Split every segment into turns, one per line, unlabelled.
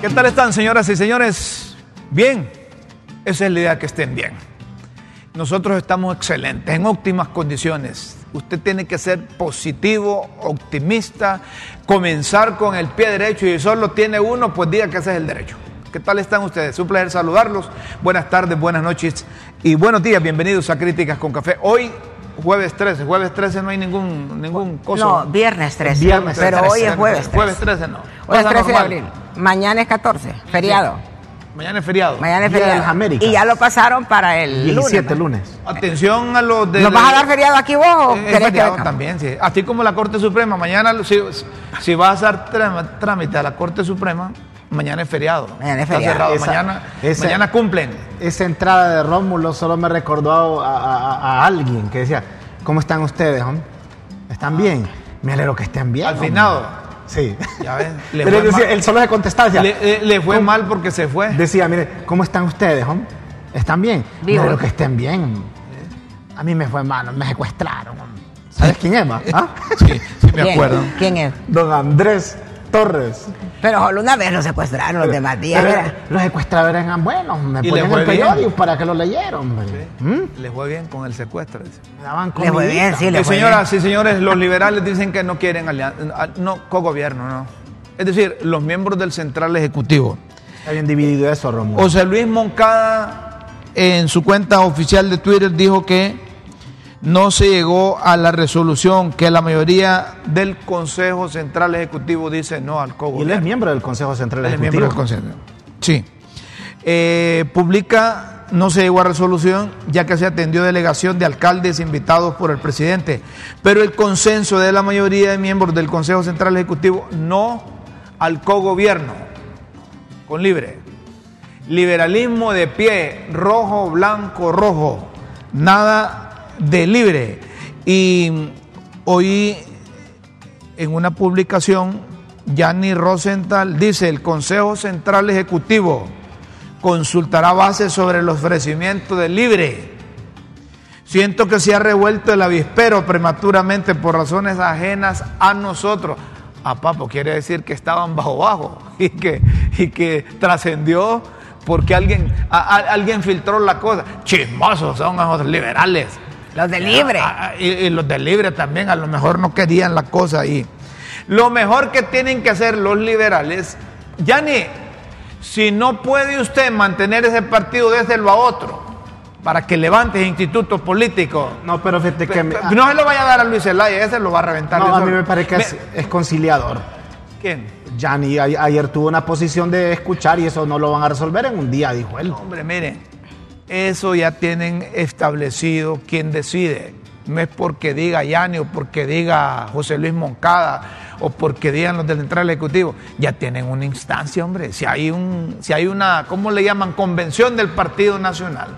¿Qué tal están, señoras y señores? Bien. Esa es la idea, que estén bien. Nosotros estamos excelentes, en óptimas condiciones. Usted tiene que ser positivo, optimista, comenzar con el pie derecho y si solo tiene uno, pues diga que ese es el derecho. ¿Qué tal están ustedes? Un placer saludarlos. Buenas tardes, buenas noches y buenos días. Bienvenidos a Críticas con Café. Hoy, jueves 13. Jueves 13 no hay ningún, ningún coso.
No, viernes 13.
Viernes
pero
13,
hoy es
no,
jueves 13.
Jueves 13 no.
Hoy es
Cosa
13 de
normal.
abril. Mañana es 14, feriado.
Mañana es feriado.
Mañana es
Día de
feriado.
las Américas.
Y ya lo pasaron para el
17
lunes.
lunes. Eh,
Atención a los de.
¿Nos vas a dar feriado aquí vos o
Es
querés que
feriado
venga?
también, sí. Así como la Corte Suprema, mañana si, si vas a dar trám- trámite a la Corte Suprema, mañana es feriado.
Mañana es
Está
feriado.
cerrado.
Esa-
mañana,
esa-
mañana cumplen.
Esa entrada de Rómulo solo me recordó a, a- a- a alguien que decía, ¿cómo están ustedes? hom?
Ah.
¿Están bien? Me alegro que estén bien.
Al
hom".
finado.
Sí.
Ya ven, le
Pero
fue
él, decía-
mal.
él solo se contestaba, decía,
Le, eh, le fue
¿cómo?
mal porque se fue.
decía, mire, ¿cómo están ustedes? hom? ¿Están bien?
Vivo.
Me alegro que estén bien. A mí me fue mal, me secuestraron. hom". ¿Sabes quién es, va? ¿Ah?
Sí, sí, me
¿Quién?
acuerdo.
¿Quién es?
Don Andrés Torres.
Pero solo una vez lo secuestraron los demás días.
Pero
era-
los secuestradores eran buenos, me
Y le
ponían
fue
el
bien.
periódico para que lo leyeran. hombre. ¿Mm?
Le fue bien con el secuestro. dice.
Me daban
Le fue bien,
comidita.
sí, le
Eh,
fue
señoras y señores, los liberales dicen que no quieren alianza, no co-gobierno, no. Es decir, los miembros del Central Ejecutivo.
Está bien dividido eso, Romulo.
José Luis Moncada en su cuenta oficial de Twitter dijo que no se llegó a la resolución que la mayoría del Consejo Central Ejecutivo dice no al
y él es
cogobierno.
miembro del Consejo Central
Él es
Ejecutivo.
miembro del Consejo. Sí. Eh, publica no se llegó a resolución ya que se atendió delegación de alcaldes invitados por el presidente, pero el consenso de la mayoría de miembros del Consejo Central Ejecutivo no al cogobierno con libre. Liberalismo de pie, rojo, blanco, rojo. Nada de libre. Y hoy en una publicación, Gianni Rosenthal dice, el Consejo Central Ejecutivo consultará bases sobre el ofrecimiento de libre. Siento que se ha revuelto el avispero prematuramente por razones ajenas a nosotros. A papo quiere decir que estaban bajo bajo y que, y que trascendió porque alguien, a- a- alguien filtró la cosa. Chismosos son esos liberales.
Los de libre.
Ah, ah, Y, y los de libre también, a lo mejor no querían la cosa ahí. Lo mejor que tienen que hacer los liberales, Yanni, si no puede usted mantener ese partido desde lo a otro, para que levante institutos políticos,
No, pero fíjate que... a mí-
pe- pe- no se lo vaya a dar a Luis Zelaya, ese lo va a reventar.
no,
de
a
solo.
mí me parece que es,
Me-
es conciliador.
¿Quién?
Gianni a- ayer tuvo una posición de escuchar y eso no lo van a resolver en un día, dijo él.
Hombre, miren, eso ya tienen establecido quién decide. No es porque diga Yani o porque diga José Luis Moncada o porque digan los del Central Ejecutivo. Ya tienen una instancia, hombre. Si hay, un, si hay una, ¿cómo le llaman? Convención del Partido Nacional.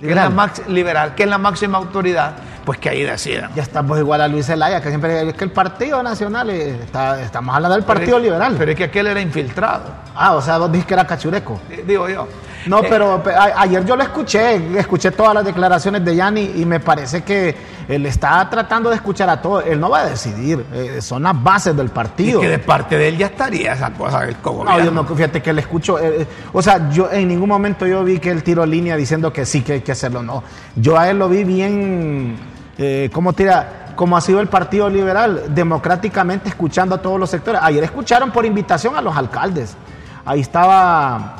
Que es la
Liberal.
max- liberal, que es la máxima autoridad, pues que ahí decidan.
Ya estamos igual a Luis Zelaya, que siempre es que el Partido Nacional, eh, está, estamos hablando del Partido
Pero-
Liberal.
Pero es que aquel era infiltrado,
ah, o sea, vos dijiste que era cachureco.
eh, digo yo.
No,
Eh,
pero pe- a- ayer yo lo escuché, escuché todas las declaraciones de Yanni y me parece que él está tratando de escuchar a todos. Él no va a decidir, eh, son las bases del
y
partido.
que de parte de él ya estaría esa cosa del
No,
cogobierno.
yo no, fíjate que le escucho. eh, eh, o sea, yo en ningún momento yo vi que él tiró línea diciendo que sí, que hay que hacerlo. No, yo a él lo vi bien, eh, ¿cómo tira? Como ha sido el Partido Liberal, democráticamente escuchando a todos los sectores. Ayer escucharon por invitación a los alcaldes. Ahí estaba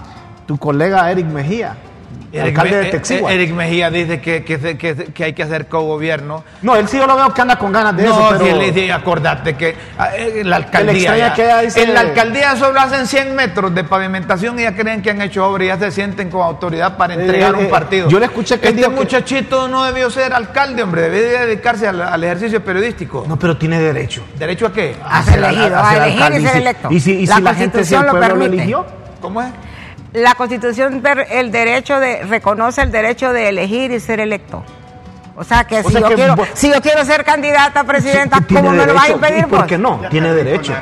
tu colega Eric Mejía. alcalde de
Me- E- eh,
Texigua.
Eric Mejía dice que, que se- que se- que hay que hacer co-gobierno.
No, él sí yo lo veo que anda con ganas de eso,
No,
pero...
si él dice, acordate que ah, eh, la
Que le
alcaldía.
extraña
ya-
que ella dice-
En la alcaldía solo hacen 100 metros de pavimentación y ya creen que han hecho obra y ya se sienten con autoridad para
Eh,
entregar
eh,
un partido.
yo le escuché que él
Este
dijo que-
muchachito no debió ser alcalde, hombre, debió dedicarse al, al ejercicio periodístico.
No, pero tiene derecho.
¿Derecho a qué? Ah,
A ser elegido, a elegir y ser electo.
Y si, y
La
si la gente, si el
Constitución lo
pueblo lo
permite.
eligió,
¿Cómo es?
La Constitución per- el derecho de reconoce el derecho de elegir y ser electo. O sea que,
O
si,
sea
yo
que
quiero,
vo-
si yo quiero ser candidata a presidenta,
que tiene
¿cómo me lo vas a
derecho. ¿Y
impedir? pues?
¿Por qué
vos?
no? Tiene derecho.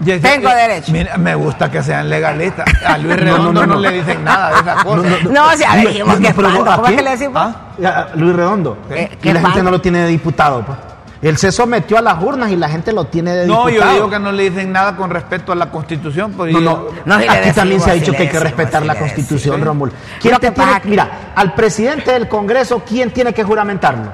Ya- ya-
Tengo
ya-
derecho.
Mira, me gusta que sean legalistas. A Luis
No,
Redondo no,
no, no, no.
le dicen nada de esas cosas.
No, o sea,
Oye,
dijimos
no,
que es
pero
pando.
¿a
¿Cómo es
qué?
que le decimos?
¿Ah?
Ya, Luis Redondo.
Eh,
Y
qué
la gente
pan.
no lo tiene de diputado. pues. Él se sometió a las urnas y la gente lo tiene de
No,
diputado.
yo digo que no le dicen nada con respecto a la Constitución. pues, porque-
No, no,
No, sí le
aquí
decimos,
también se ha
sí
dicho
le
que hay que
decimos,
respetar
sí
la
le
Constitución,
decimos.
Rómulo. ¿Quién
Lo que
te tiene-
pasa que-
mira, al presidente del Congreso, ¿quién tiene que juramentarlo?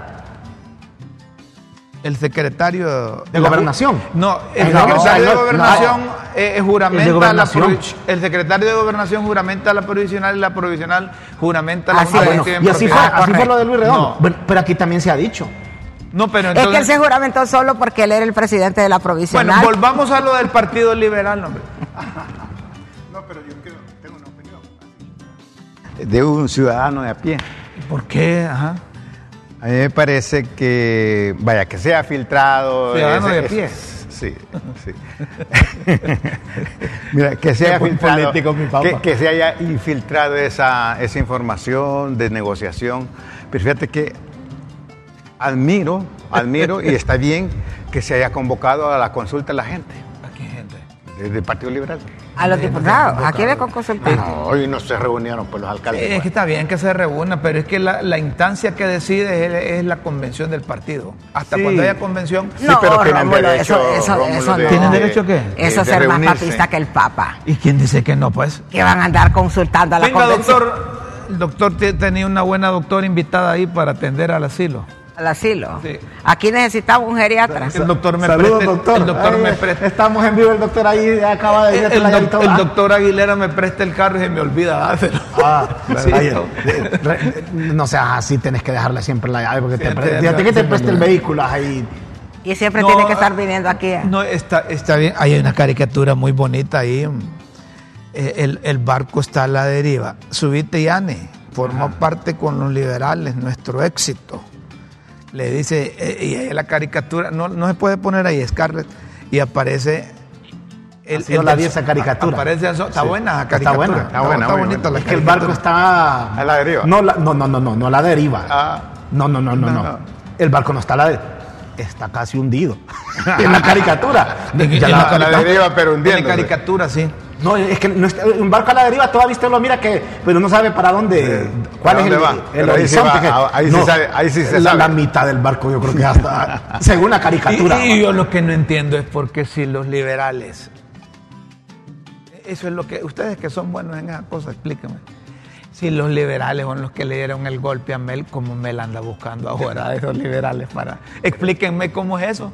El secretario
De gobernación.
No, el
No,
secretario
no,
de
no.
gobernación eh, eh, juramenta
El de gobernación.
la provi- el secretario de gobernación juramenta la provisional y la provisional juramenta la
Así
Junta
es.
de
Bueno,
Gestión
y así fue,
Propiedad.
así fue lo de Luis Redondo.
No,
Bueno, pero aquí también se ha dicho.
no, pero
es que él
entonces
se juramentó solo porque él era el presidente de la
bueno,
provisional.
volvamos a lo del Partido Liberal, hombre.
de un ciudadano de a pie.
¿Por qué? Ajá.
A mí me parece que, vaya, que sea filtrado.
Ciudadano
ese-
de a pie.
ese- Sí, sí. Mira, que sea
Qué buen
filtrado.
político, mi papá.
que, que se haya infiltrado esa, esa información de negociación. Pero fíjate que admiro, admiro y está bien que se haya convocado a la consulta a la gente
Aquí, gente.
desde el Partido Liberal.
a los diputados. Aquí le con consultado.
No, hoy no se reunieron pues los alcaldes.
Eh, Es que está bien que se reúna, pero es que la, la instancia que decide es, es la convención del partido. Hasta
Sí.
cuando haya convención.
Sí, pero tienen derecho,
eso, eso,
Rómulo,
eso
de-
no. Eh,
¿Tienen derecho a qué?
de-
Eso es
de
ser más
reunirse.
papista que el Papa.
¿Y quién dice que no, pues?
Que van a andar consultando a la
Venga,
convención.
doctor. El doctor te- tenía una buena doctora invitada ahí para atender al asilo.
Al asilo.
Sí.
Aquí necesitamos un geriatra.
El doctor me
Saludos,
presta. el-
doctor.
El doctor
Ay, eh,
me presta.
Estamos en vivo, el doctor ahí acaba de
El,
irte la ¿ah?
doc-
llavita,
el
¿verdad?
doctor Aguilera me presta el carro y se me olvida dárselo.
Ah,
Sí.
oye, re- no seas así, tenés que dejarle siempre la llave porque te,
Siempre,
pre- fíjate que te preste el vehículo ahí.
Y siempre
No, ah,
tiene que estar viniendo aquí. ¿eh?
No, está, está bien. Hay una caricatura muy bonita ahí. Eh, El, el barco está a la deriva. Subite, Yane. Formó parte con los liberales, nuestro éxito. Le dice, eh, y ahí la caricatura, no, no se puede poner ahí, Scarlett. Y aparece.
Ha sido la
del-
vi esa caricatura.
Aparece el so- está
Sí.
buena esa
Está
caricatura.
buena,
está buena,
Está
muy
bonita
buena.
la
Es que el barco
caricatura.
está.
A la deriva.
No, la- no, no, no, no, no a la deriva.
Ah.
No, no, no, no,
No,
no,
no.
El barco no está a la deriva. Está casi hundido. en la caricatura.
En-
Ya
en
la- la deriva, pero
en
hundiéndose.
caricatura, sí.
No, es que no está- un barco a la deriva todavía usted lo mira que, pero no sabe para dónde,
Sí.
cuál
¿Para
es
dónde
el,
va?
el
Pero ahí sí
horizonte.
va, ah,
que-
ahí sí sabe- ahí sí se
la,
sabe.
la mitad del barco yo creo que hasta, según la caricatura.
Y, y yo lo que no entiendo es por qué si los liberales. Eso es lo que. Ustedes que son buenos en esas cosas, explíquenme. Si los liberales son los que le dieron el golpe a Mel, ¿cómo Mel anda buscando ahora a esos liberales para. Explíquenme cómo es eso.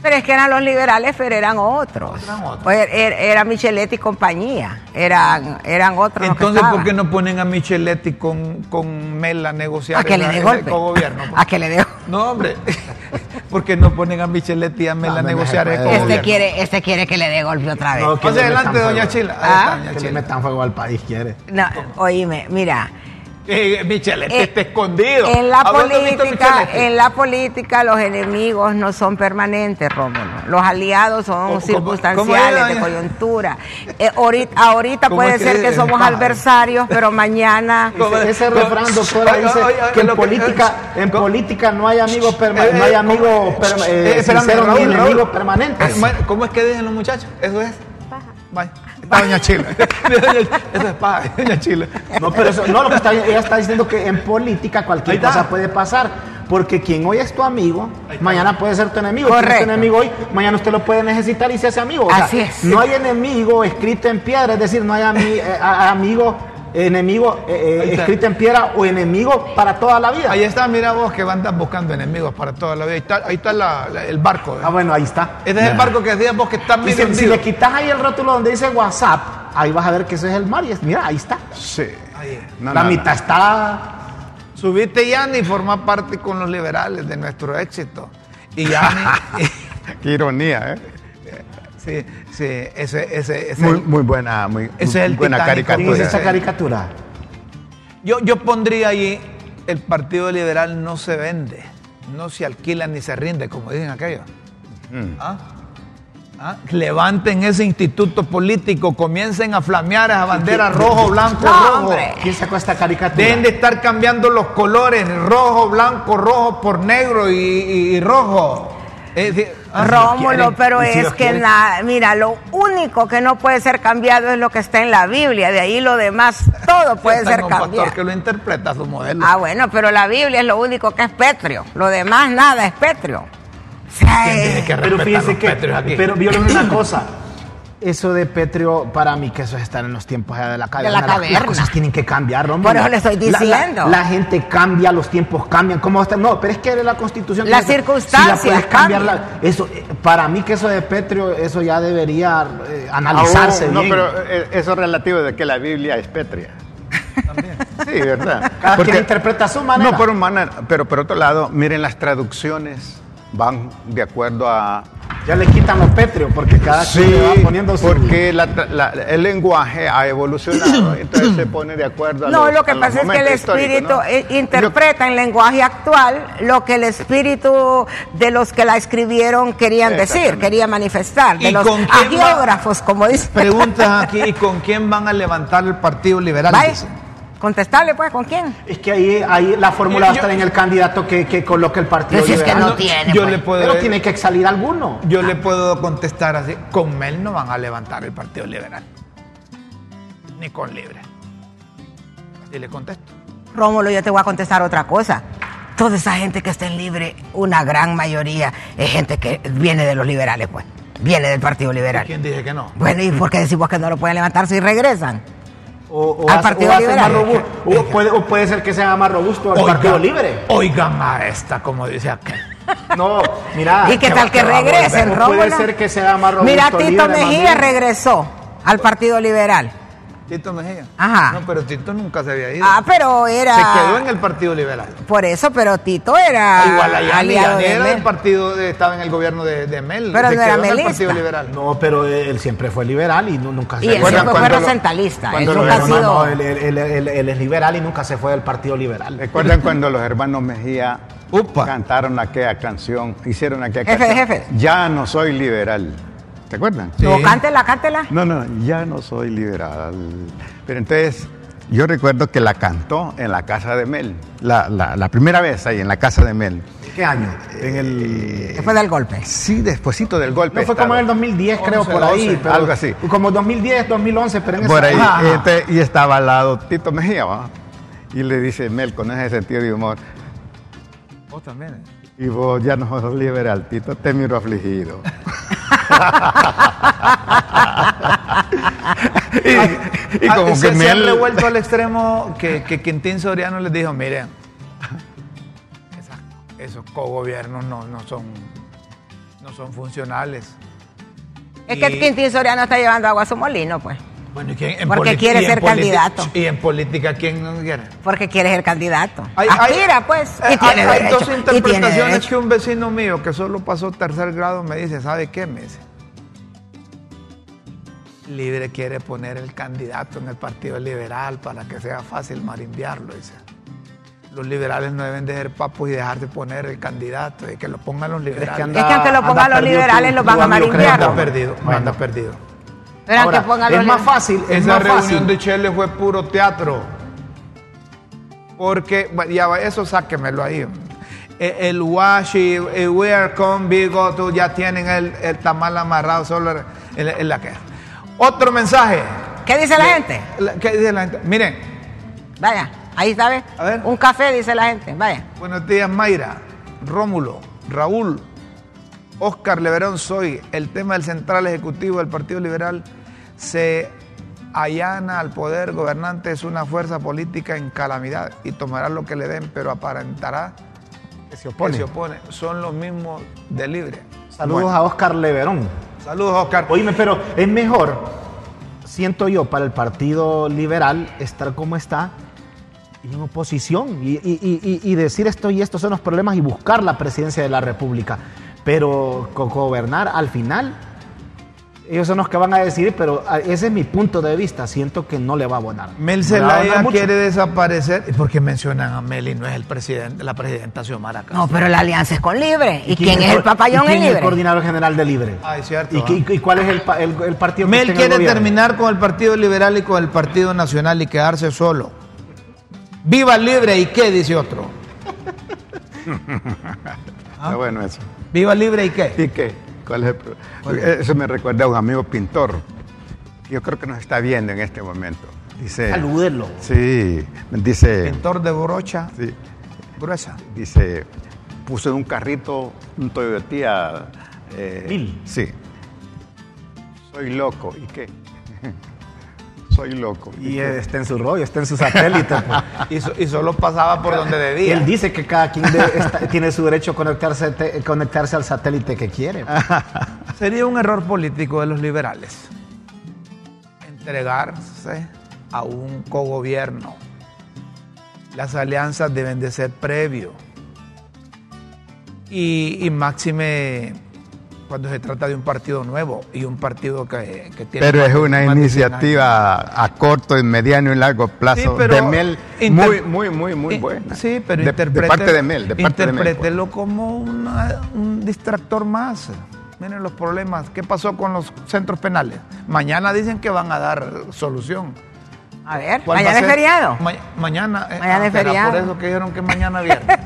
Pero es que eran los liberales, pero eran otros.
Eran otros.
Oye, er- Era, Micheletti y compañía. Eran, eran otros. los que
Entonces, ¿por
estaban.
qué no ponen a Micheletti con, con Mel a negociar
A que
en
le
la-
dé
en el pues.
golpe.
cogobierno?
A que le dé golpe.
No, hombre. ¿Por qué no ponen a Micheletti y a Mel a
No, no, no se
negociar en el
puede.
cogobierno?
Este quiere, este quiere que le dé golpe otra vez.
No, que
Pase
le metan
adelante,
fuego.
doña Chila. Ahí
Ah.
está, doña
Que le
Chila.
metan fuego al país, quiere.
No, oíme, mira.
Eh, Micheletti
Eh,
está escondido.
En la
¿A dónde has visto a este?
política,
Micheletti?
en la política los enemigos no son permanentes, Rómulo. Los aliados
¿Cómo-
son
cómo-
circunstanciales,
cómo es,
de
doña?
coyuntura. Eh, ahorita, ahorita
¿Cómo
puede
es que
ser que
es?
somos
Ah.
adversarios, pero mañana
¿Cómo
Ese, ese
Con-
refrán, doctora,
Oiga,
dice
oiga,
que en
lo que-
política, en
con-
política no hay amigo, perma-
Eh, eh,
no hay
¿cómo-
amigo perma- eh,
Eh, espérame,
sincero ni
Raúl, Raúl.
enemigo permanente.
Eh, ma- ¿Cómo es que dicen los muchachos? Eso es. Bye. Está pues. Doña Chila. Eso es paja, Doña Chila.
No, pero eso, no, lo que está, ella está diciendo que en política
Ahí
cualquier
está.
cosa puede pasar. Porque quien hoy es tu amigo, mañana puede ser tu enemigo. Quien es
Correcto.
tu enemigo hoy, mañana usted lo puede necesitar y se hace amigo. O sea,
Así es.
No hay enemigo escrito en piedra, es decir, no hay ami- eh, a- amigo, enemigo eh, eh,
Ahí está.
escrito en piedra o enemigo para toda la vida.
Ahí está, mira vos que van buscando enemigos para toda la vida. Ahí está, ahí está la- la- el barco. ¿eh?
Ah, bueno, ahí está.
Este es el
Ya.
barco que decías vos que está
Y
medio
si, si
hundido.
le quitas ahí el rótulo donde dice WhatsApp, ahí vas a ver que ese es el mar. Y es, mira, ahí está.
Sí. No,
la
no, no.
mitad está.
Subiste, Yanni, y forma parte con los liberales de nuestro éxito. Y Yanni,
Qué ironía, ¿eh?
sí, sí, ese, ese, ese-
Muy, muy buena, muy,
Ese es el
buena
Titanic,
¿Quién es
caricatura.
esa caricatura?
Yo, yo pondría ahí, el Partido Liberal no se vende, no se alquila ni se rinde, como dicen aquellos.
Mm.
¿Ah? ¿Ah? Levanten ese instituto político, comiencen a flamear esa bandera rojo, blanco, rojo.
¿Quién sacó esta caricatura?
Deben de estar cambiando los colores, rojo, blanco, rojo por negro y, y- y rojo. Es decir, ah,
Rómulo, pero
y si
es
los
que
quieren.
la, mira, lo único que no puede ser cambiado es lo que está en la Biblia, de ahí lo demás, todo puede
tengo
ser
un pastor
cambiado.
que lo interpreta a su modelo.
Ah, bueno, pero la Biblia es lo único que es pétreo, lo demás nada es pétreo. Sí.
tiene que
Pero
respetar
fíjense
los
que,
Petrios aquí.
pero yo les digo una cosa. Eso de Petrio, para mí que eso es estar en los tiempos allá de la caverna.
la
Las-
caverna.
Las cosas tienen que cambiar, Rómulo.
Por eso le estoy
La- la-
diciendo.
La, gente cambia, los tiempos cambian. ¿Cómo está? No, pero es que la constitución...
Las
tiene que-
circunstancias
si la puedes cambiar,
cambian.
la- eso, eh, para mí que eso de Petrio, eso ya debería eh, analizarse
no,
bien.
pero eh, eso es relativo de que la Biblia es petria. También. Sí, ¿verdad?
Cada quien interpreta a su manera.
No, pero, manera- pero por otro lado, miren, las traducciones van de acuerdo a...
Ya le quitan los Petrio porque cada quien le va poniendo su...
porque la tra- la- el lenguaje ha evolucionado, entonces se pone de acuerdo a
No,
los-
lo que
a los
pasa es que el
momentos históricos,
espíritu
¿no?
eh,
Yo-
interpreta en lenguaje actual lo que el espíritu de los que la escribieron querían decir,
Exactamente.
quería manifestar, de
¿Y
los
con quién va?
agiógrafos, como dice.
Preguntas aquí, ¿y con quién van a levantar el Partido Liberal?
Vaya,
Dice.
contestarle pues, ¿con quién?
Es que ahí, ahí la fórmula
Yo-
va a estar en el candidato que, que coloque el partido.
Pero si es que
liberal.
no tiene,
Yo
pues.
le puedo...
Pero tiene que salir alguno.
Yo le puedo contestar así, con Mel no van a levantar el Partido Liberal, ni con Libre. Y le contesto.
Rómulo, yo te voy a contestar otra cosa. Toda esa gente que está en libre, una gran mayoría es gente que viene de los liberales, pues. Viene del Partido Liberal.
¿Quién dice que no?
Bueno, ¿y por qué decimos que no lo pueden levantar si regresan?
O, o
Al
hace-
Partido
o hace
Liberal.
más robu- o puede, o puede ser que sea más robusto al
Oigan-
Partido Libre.
Oigan a esta, como dice aquel.
No, mira.
¿Y qué tal que
Ah, va a volver?
regresen,
O
Rómulo?
Puede ser que sea más robusto.
Mira, Tito
libre, más
Mejía
bien.
regresó al Partido Liberal.
Tito Mejía.
Ajá.
No, pero Tito nunca se había ido.
Ah, pero era...
Se quedó en el Partido Liberal.
Por eso, pero Tito era
Igual allá
Ah, aliado
Millán
de
era del
Mel.
partido, de- estaba en el gobierno de, de Mel.
Pero
se
no era
quedó en el
melista.
Partido Liberal.
No, pero él siempre fue liberal y nu- nunca se
Y él
acuerdan
siempre fue
cuando lo-
recentalista. Él
cuando lo
nunca ha
No, no, no,
sido...
él, él- él- él- él es liberal y nunca se fue del Partido Liberal.
¿Recuerdan cuando los hermanos Mejía
Upa.
cantaron aquella canción, hicieron aquella
Jefe de
canción?
jefes.
Ya no soy liberal. ¿Te acuerdan?
Sí.
No, cántela, cántela.
No, no, ya no soy liberal. Pero entonces, yo recuerdo que la cantó en la casa de Mel. La, la- la primera vez ahí, en la casa de Mel. Eh,
¿Qué año? En el...
Después del golpe.
Sí, despuesito del golpe.
No fue como en
estaba.
el 2010, creo,
11,
por ahí.
12,
pero-
algo así.
Como 2010, 2011, pero en
Por
esa-
ahí. eh,
Ajá.
Y entonces- y estaba al lado Tito Mejía, ¿va? Y le dice Mel con ese sentido de humor.
Vos también. eh.
Y vos ya no sos liberal, Tito, te miro afligido. y, y
Ah,
como
se,
que
se han
Mel.
revuelto al extremo que, que Quintín Soriano les dijo, miren, esas- esos cogobiernos no, no son no son funcionales.
Es que
Y-
Quintín Soriano está llevando agua a su molino, pues.
Bueno, ¿y quién? En
Porque
politi-
quiere
y en
ser
politi-
candidato.
Y en política, ¿quién no quiere?
Porque quiere ser candidato.
Hay- hay-
Aspira, pues.
eh,
Y tiene
hay, hay
derecho,
dos
y tiene
interpretaciones
derecho.
que un vecino mío que solo pasó tercer grado me dice, ¿sabe qué? Me dice. Libre quiere poner el candidato en el Partido Liberal para que sea fácil marimbiarlo, dice. Los liberales no deben de ser papos y dejar de poner el candidato y que lo pongan los liberales.
anda-
Es que aunque lo
anda
pongan los
perdido
liberales,
tu-
los
tu
van a
amigo, creo,
marimbiar.
anda
Rómulo.
perdido, anda perdido.
Pero
Ahora,
aunque pongan los
es más
libros.
fácil, es
Esa
más
reunión
fácil.
de Chile fue puro teatro. Porque, bueno, ya va, eso sáquemelo ahí. E- El washi, e, el wear con bigote, ya tienen el, el tamal amarrado solo en, en la que. Otro mensaje.
¿Qué dice la
De-
gente?
la- ¿Qué dice la gente? Miren,
Vaya, ahí sabe.
A ver.
Un café, dice la gente. Vaya.
buenos días Mayra, Rómulo, Raúl, Oscar Leverón Soy. El tema del central ejecutivo del Partido Liberal se allana al poder gobernante, es una fuerza política en calamidad y tomará lo que le den, pero aparentará
Que se
que
opone.
se opone. Son los mismos de libre.
Saludos a Oscar Leverón.
Saludos, Oscar.
Oíme, pero es mejor siento yo, para el Partido Liberal estar como está y en oposición y, y- y- y- y decir esto y estos son los problemas y buscar la presidencia de la República. Pero co- gobernar al final, ellos son los que van a decidir, pero ah, ese es mi punto de vista. Siento que no le va a abonar.
Mel
No le va a
Zelaya
abonar mucho.
quiere desaparecer. ¿Y por qué mencionan a Mel y no es el presidente, la presidenta Xiomara Castro?
No, pero la alianza es con Libre. ¿Y, quién, es
co-
el papayón
y quién
en
es el
Libre?
coordinador general de Libre.
Ah, es cierto,
¿Y, qué-
ah.
y cuál es el, pa- el- el partido que
Mel
está en el
quiere
gobierno?
terminar con el Partido Liberal y con el Partido Nacional y quedarse solo. Viva libre y qué, dice otro. Ah,
Está bueno eso.
Viva libre y qué.
¿Y qué? ¿Cuál es el pro- Eso me recuerda a un amigo pintor. Yo creo que nos está viendo en este momento. Dice.
Salúdenlo.
Sí, dice.
Pintor de brocha
sí,
gruesa.
dice, puso en un carrito un Toyota. eh,
Mil.
Sí. Soy loco. ¿Y qué? Soy loco.
Y
qué?
eh, está en su rollo, está en su satélite. pues.
Y, so- y solo pasaba por donde
Y
debía.
él dice que cada quien de- está- tiene su derecho a conectarse, te- eh, conectarse al satélite que quiere. pues,
Sería un error político de los liberales entregarse a un cogobierno. Las alianzas deben de ser previo. Y, y máxime cuando se trata de un partido nuevo y un partido que, que tiene...
Pero es
más de
una
100 años.
iniciativa a corto, y mediano y largo plazo
Sí, pero
de Mel
inter-
muy, muy, muy, muy
in-
buena.
Sí, pero
de, de
interprete-
parte de Mel, de parte de Mel. pues.
interprételo como una- un distractor más. Miren los problemas. ¿Qué pasó con los centros penales? Mañana dicen que van a dar solución.
A ver,
¿Cuál va
mañana
a
es
ser?
feriado.
Ma- mañana. eh,
Mañana es
será
feriado.
Por eso que dijeron que mañana viernes.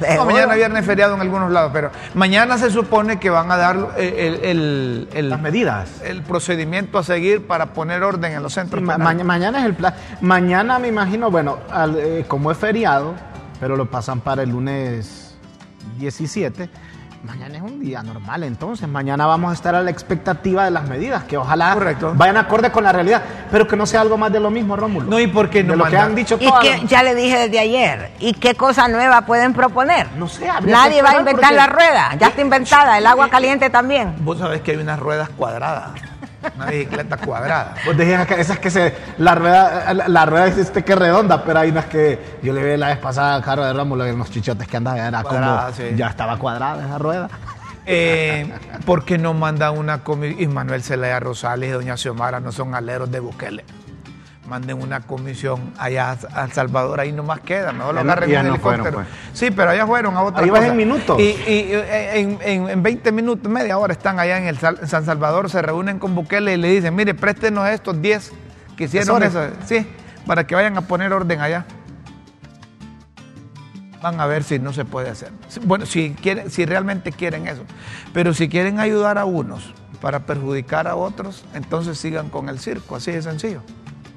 Seguro.
no, mañana viernes es feriado en algunos lados, pero mañana se supone que van a dar eh, el, el- el-
Las medidas.
el procedimiento a seguir para poner orden en los centros
Ma-
penales.
ma- mañana es el plan. Mañana me imagino, bueno, al- eh, como es feriado, pero lo pasan para el lunes 17. Mañana es un día normal, entonces mañana vamos a estar a la expectativa de las medidas, que ojalá
Correcto.
vayan acorde con la realidad, pero que no sea algo más de lo mismo, Rómulo.
No, ¿y por qué no
De lo que
mandan?
han dicho
¿Y
todas
qué-
las-
ya le dije desde ayer. ¿Y qué cosa nueva pueden proponer?
No sé, habría que
Nadie va a
esperar
inventar
porque- eh,
la rueda. Ya está inventada. El agua caliente también.
Vos sabés que hay unas ruedas cuadradas, una bicicleta cuadrada.
Vos decís acá, esas que se. La rueda, la, la rueda es este que es redonda, pero hay unas que. Yo le vi la vez pasada a Caro de Rómulo en los chichotes que andaba, era
Cuadrada,
como.
sí.
Ya estaba cuadrada esa rueda.
Eh, ¿Por qué no manda una comisión? Y Manuel Zelaya Rosales y Doña Xiomara no son aleros de Bukele. Manden una comisión allá a El Salvador, ahí nomás queda, mejor lo
Ya no-
agarren
ya
en
no
helicóptero.
fueron, pues.
Sí, pero allá fueron a otra
Ahí vas
cosa.
en minutos.
Y, y, eh, en, en- en 20 minutos, media hora están allá en, el Sal- en San Salvador, se reúnen con Bukele y le dicen, mire, préstenos estos 10 que hicieron eso.
Asesores.
Sí, para que vayan a poner orden allá. Van a ver si no se puede hacer. Si- Bueno, si, quieren, si realmente quieren eso. Pero si quieren ayudar a unos para perjudicar a otros, entonces sigan con el circo. Así de sencillo.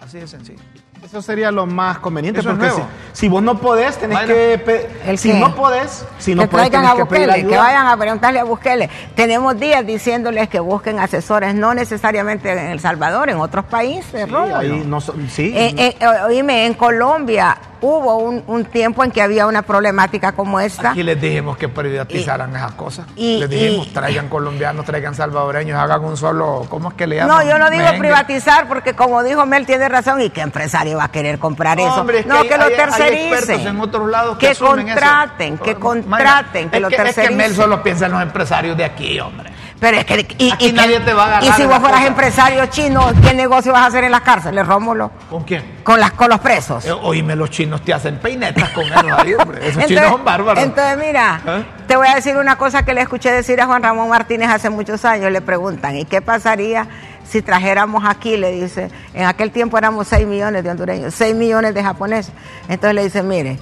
Así de sencillo.
Eso sería lo más conveniente,
Eso es
porque si,
nuevo.
si vos no podés, tenés
Bueno.
que. pe-
¿El
si
qué?
no podés, si no
que
podés,
traigan
tenés
a
que pedir
Bukele, que,
ayuda.
vayan a preguntarle a Bukele. Tenemos días diciéndoles que busquen asesores, no necesariamente en El Salvador, en otros países,
Sí,
Rómulo.
ahí no so- sí.
Eh, eh, o- oíme, en Colombia hubo un, un tiempo en que había una problemática como esta.
Aquí les dijimos que privatizaran esas cosas.
y-
les dijimos,
y-
traigan colombianos, traigan salvadoreños, hagan un solo, ¿cómo es que le llaman?
No, yo no digo
Merengue.
privatizar porque como dijo Mel tiene razón y qué empresario va a querer comprar
No,
eso.
hombre, es
no,
hay-
que lo
hay- hay
tercericen.
expertos en otros lados que,
que
asumen eso.
contraten, que
Mayra,
contraten, que
es
lo
Es que
tercericen.
Mel solo piensa en los empresarios de aquí, hombre.
Pero es que y,
Aquí
y que-
nadie te va a agarrar
y si
en
vos
la
fueras
cosa.
empresario chino, ¿qué negocio vas a hacer en las cárceles, Rómulo?
¿Con quién?
Con las con los presos.
Eh, Oíme, los chinos te hacen peinetas con eso ahí, hombre. Esos chinos son bárbaros.
entonces, mira,
¿Eh?
te voy a decir una cosa que le escuché decir a Juan Ramón Martínez hace muchos años. Le preguntan, ¿y qué pasaría si trajéramos aquí? Le dice, en aquel tiempo éramos 6 millones de hondureños, 6 millones de japoneses. Entonces le dice, mire,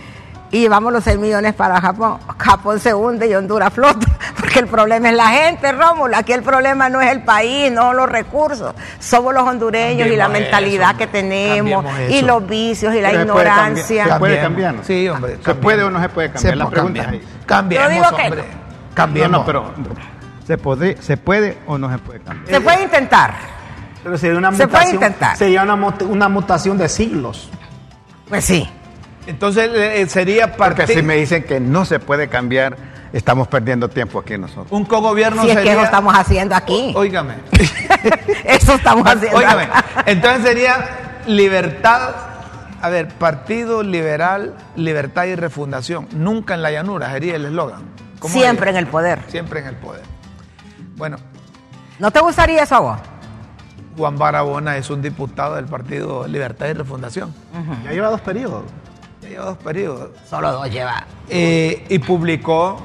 y vamos los 6 millones para Japón. Japón se hunde y Honduras flota. Porque el problema es la gente, Rómulo. Aquí el problema no es el país, no los recursos. Somos los hondureños y la
Cambiemos
mentalidad
eso,
que tenemos,
cambiemos
y
eso.
los vicios y la
Pero se puede
ignorancia.
cambiar, se
Cambiemos.
puede cambiar, ¿no?
Sí, hombre.
¿Se puede o no se puede cambiar? La
po-
pregunta es
cambiemos.
ahí.
Cambiemos,
Yo digo que
hombre.
no.
Cambiemos.
No, no, pero ¿se, podrí- ¿se puede o no se puede cambiar?
Se puede intentar.
Pero sería una
Se
mutación.
puede intentar.
Sería una, mut- una mutación de siglos.
Pues sí.
Entonces eh, sería
Porque
partir-
si me dicen que no se puede cambiar, estamos perdiendo tiempo aquí nosotros.
un cogobierno
si es que
sería-
eso estamos haciendo aquí.
Óigame.
eso estamos haciendo
Óigame.
acá.
Entonces sería libertad. A ver, Partido Liberal, Libertad y Refundación. Nunca en la llanura sería el eslogan. ¿Cómo
Siempre en
sería?
el poder.
Siempre en el poder. Bueno,
¿No te gustaría eso a vos?
Juan Barabona es un diputado del Partido Libertad y Refundación.
Ya lleva dos periodos.
Ya lleva dos periodos.
Solo dos lleva.
Eh, y publicó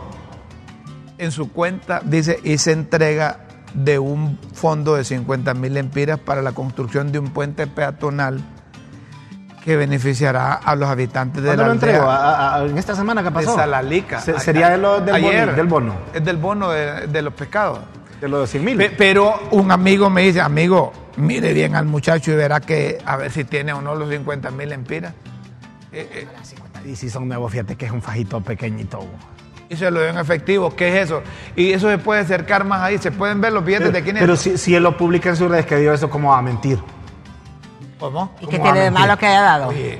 en su cuenta, dice, hice entrega de un fondo de 50 mil empiras para la construcción de un puente peatonal que beneficiará a los habitantes de
¿Cuándo
la
lo
aldea
entregó? ¿A- a- a- ¿En esta semana que
de
pasó?
Salalica.
Se-
Ayer-
sería de lo- del,
ayer.
bono, del bono,
Es del bono de, de los pescados.
de los 100 mil.
Pe- pero un amigo me dice, amigo, mire bien al muchacho y verá que a ver si tiene o no los 50 mil empiras. Eh, eh,
Y si son nuevos, fíjate que es un fajito pequeñito. bo.
y se lo dio en efectivo. ¿Qué es eso? Y eso se puede acercar más ahí. Se pueden ver los billetes
Pero,
de 500.
pero si, si él lo publica en sus redes que dio eso, ¿cómo va a mentir?
¿Cómo?
¿Y
¿Cómo
qué
va a
tiene de
mentir?
malo que haya dado?
Oye,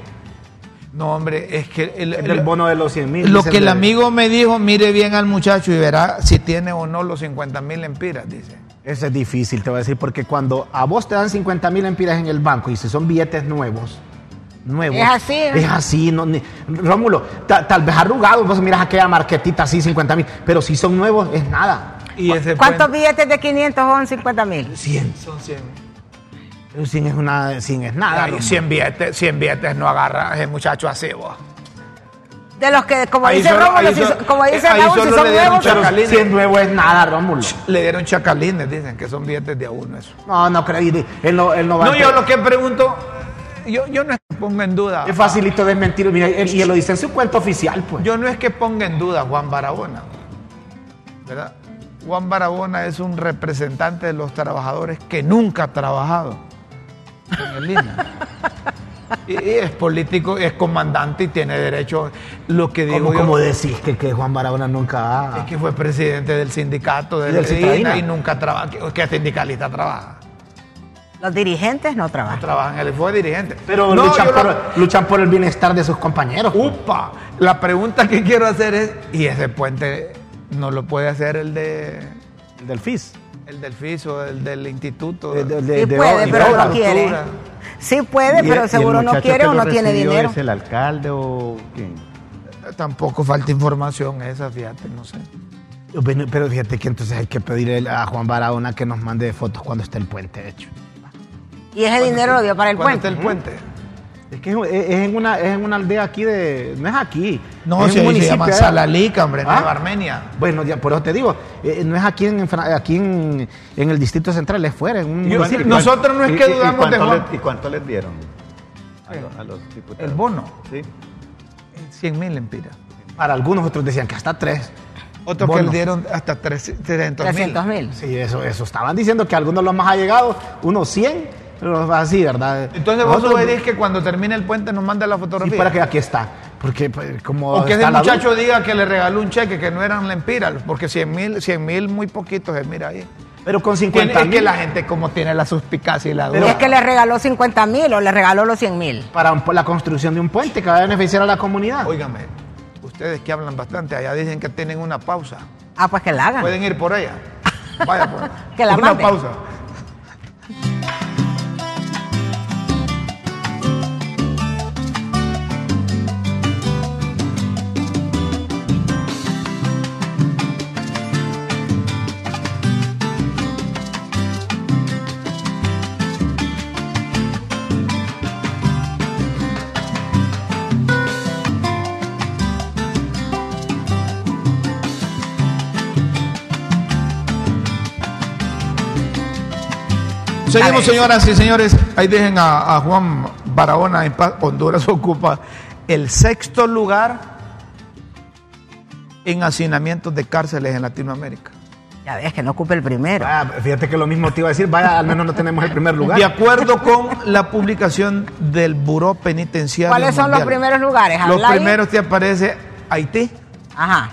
no, hombre, es que. El,
Es del bono de los 100 mil.
Lo
dice
que el
de-
amigo me dijo, mire bien al muchacho y verá si tiene o no los 50 mil empiras, dice.
Eso es difícil, te voy a decir, porque cuando a vos te dan 50 mil empiras en el banco y si son billetes nuevos, nuevos.
Es así, ¿eh?
Es así, no, ni- Rómulo, ta- tal vez arrugados, vos miras aquella marquetita así, 50 mil, pero si son nuevos, es nada.
Y ese
¿Cuántos
puente-
billetes de 500 son 50 mil?
100.
Son 100.
100 es, una, 100 es nada.
Ay,
Rómulo.
100 billetes, 100 billetes no agarra ese muchacho así, vos.
De los que, como
Ahí
dice
solo-
Rómulo,
ahí
si
solo-
son- como dice
ahí
Raúl, si
solo
son
le dieron
nuevos,
chacal.
Pero 100 nuevos es nada, Rómulo.
Le dieron chacalines, dicen que son billetes de a uno eso.
No, no creo. y- Él no, él no va
No,
a-
yo lo que pregunto, yo, yo no es que ponga en duda.
Es facilito desmentir. mira, él- y él lo dice en su cuenta oficial, pues.
Yo no es que ponga en duda a Juan Barahona, ¿verdad? Juan Barahona es un representante de los trabajadores que nunca ha trabajado en el INA. Y y es político, es comandante y tiene derecho. Lo que digo
¿Cómo,
yo
cómo decís que, que Juan Barahona nunca ha-
es que fue presidente del sindicato
¿Y
del,
del
INA,
Citadina?
y nunca trabaja, que, que sindicalista trabaja.
los dirigentes no
No
trabajan.
trabaja en él, fue dirigente.
Pero
No,
luchan,
yo lo-
por, luchan por el bienestar de sus compañeros. pues.
Upa, la pregunta que quiero hacer es, ¿y ese puente no lo puede hacer el de
El del FIS.
El del FISO, el del instituto.
De- de- de-
Sí puede,
de-
pero
de-
no
obra,
quiere.
cultura.
Sí puede,
Y- y
pero
el
seguro no
muchacho
quiere
que
o
lo
no tiene
recibió
dinero.
¿Es el alcalde o quién?
Tampoco falta información esa, fíjate, no sé.
Bueno, Pero fíjate que entonces hay que pedirle a Juan Barahona que nos mande fotos cuando esté el puente hecho.
Y ese dinero lo dio para el
¿Cuándo está
puente.
el puente?
Es que es, es en una, es en una aldea aquí de. No es aquí.
No,
es
si
en un
ahí se
municipio,
llama
¿eh?
Salalica, hombre,
¿Ah?
Nueva Armenia.
Bueno, ya, por eso te digo, eh, no es aquí en, en Fra- aquí en, en el Distrito Central, es fuera, en un
Yo-
municipio.
nosotros no es
¿Y-
que
y- y
dudamos de
cuánto
Juan.
le- ¿Y cuánto les dieron a, lo- a los diputados?
El bono.
Sí.
100 mil empiras.
Para algunos otros decían que hasta tres.
Otros que
Bono.
le dieron hasta 300
300
mil.
mil.
Sí, eso, eso. Estaban diciendo que algunos los más allegados, unos 100, pero así, ¿verdad?
Entonces vos
Nosotros-
sugerís que cuando termine el puente nos manda la
Sí,
fotografía.
para que aquí está. Porque pues, como
o que
está
ese
la
muchacho diga que le regaló un cheque, que no eran lempiras, porque 100 mil, 100 mil muy poquitos es, mira ahí.
duda, Pero con
Tiene-
50
es que la gente como tiene la suspicacia y la duda.
Es que le regaló 50 mil o le regaló los 100 mil.
para un- la construcción de un puente que va a beneficiar a la comunidad.
Óigame, ustedes que hablan bastante, allá dicen que tienen una pausa.
Ah, pues que la hagan.
Pueden ir por ella. Vaya por
Que la
Una
manden.
pausa. Seguimos, señoras y señores. Ahí dejen a, a Juan Barahona en paz. Honduras ocupa el sexto lugar en hacinamientos de cárceles en Latinoamérica.
Ya ves que no ocupe el primero.
Ah, fíjate que lo mismo te iba a decir, vaya, al menos no tenemos el primer lugar.
De acuerdo con la publicación del Buró Penitenciario.
¿Cuáles son los
Mundial,
primeros lugares?
Los
Habla ahí.
primeros te aparece Haití,
Ajá,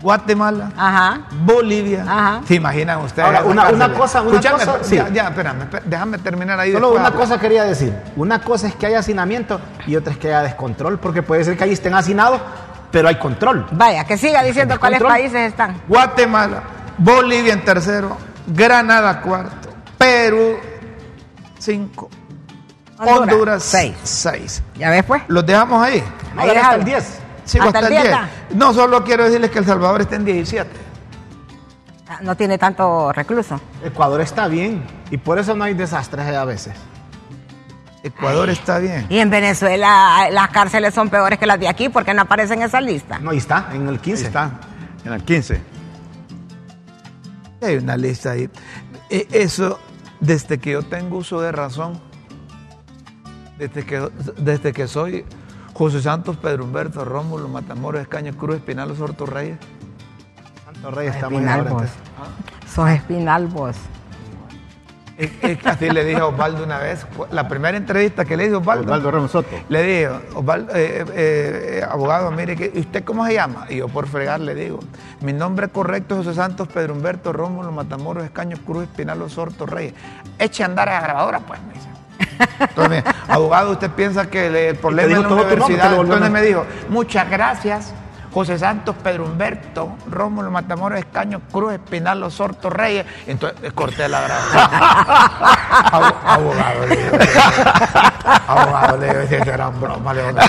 Guatemala,
ajá.
Bolivia.
Ajá.
¿Se imaginan ustedes?
Ahora,
las
una- una
cárceles?
cosa, una
Escúchame,
cosa,
ya-
sí.
Ya, espérame, espé- déjame terminar ahí.
Solo
después
una
hablo.
cosa quería decir. Una cosa es que haya hacinamiento y otra es que haya descontrol, porque puede ser que ahí estén hacinados, pero hay control.
Vaya, que
Pues
siga diciendo cuáles
Control.
países están.
Guatemala, Bolivia en tercero, Granada cuarto, Perú cinco, Honduras,
Seis.
seis.
Ya ves, pues.
¿Los dejamos ahí?
No,
Ahí
dale
déjalo.
hasta el 10.
Sigo
Hasta
hasta,
el
el 10.
10.
No, solo quiero decirles que El Salvador está en 17.
Ah, No tiene tanto recluso.
Ecuador está bien y por eso no hay desastres a veces.
Ecuador está bien.
Y en Venezuela ah, las cárceles son peores que las de aquí porque no aparecen en esa lista.
No, ahí está, en el 15.
Ahí está, en el 15.
Hay una lista ahí. E- Eso, desde que yo tengo uso de razón, desde que, desde que soy José Santos, Pedro Humberto, Rómulo, Matamoros, Escaño, Cruz, Espinal, Sorto Reyes.
Santo Rey está muy
Espinal
adelante.
vos. Sos espinal vos.
Es- es que así le dije a Osvaldo una vez, fue la primera entrevista que le hice a Osvaldo,
Osvaldo Ramos Soto.
le dije, Osvaldo, eh, eh, eh, abogado, mire, que, ¿y usted cómo se llama? Y yo por fregar le digo, mi nombre correcto es José Santos, Pedro Humberto, Rómulo, Matamoros, Escaño, Cruz, Espinal, Osorto, Reyes. Eche a andar a la grabadora, pues, me dice. Entonces, me- abogado, usted piensa que el, el problema
dijo
es la
todo tu nombre, te
universidad.
lo volvió a
Entonces me
mandar.
dijo, muchas gracias, José Santos, Pedro Humberto, Rómulo, Matamoros, Escaño, Cruz, Espinal, Osorto, Reyes. Entonces eh, corté la grabación. Abo- Abogado, le digo. Abogado, le digo, si eso era un broma, le digo, no,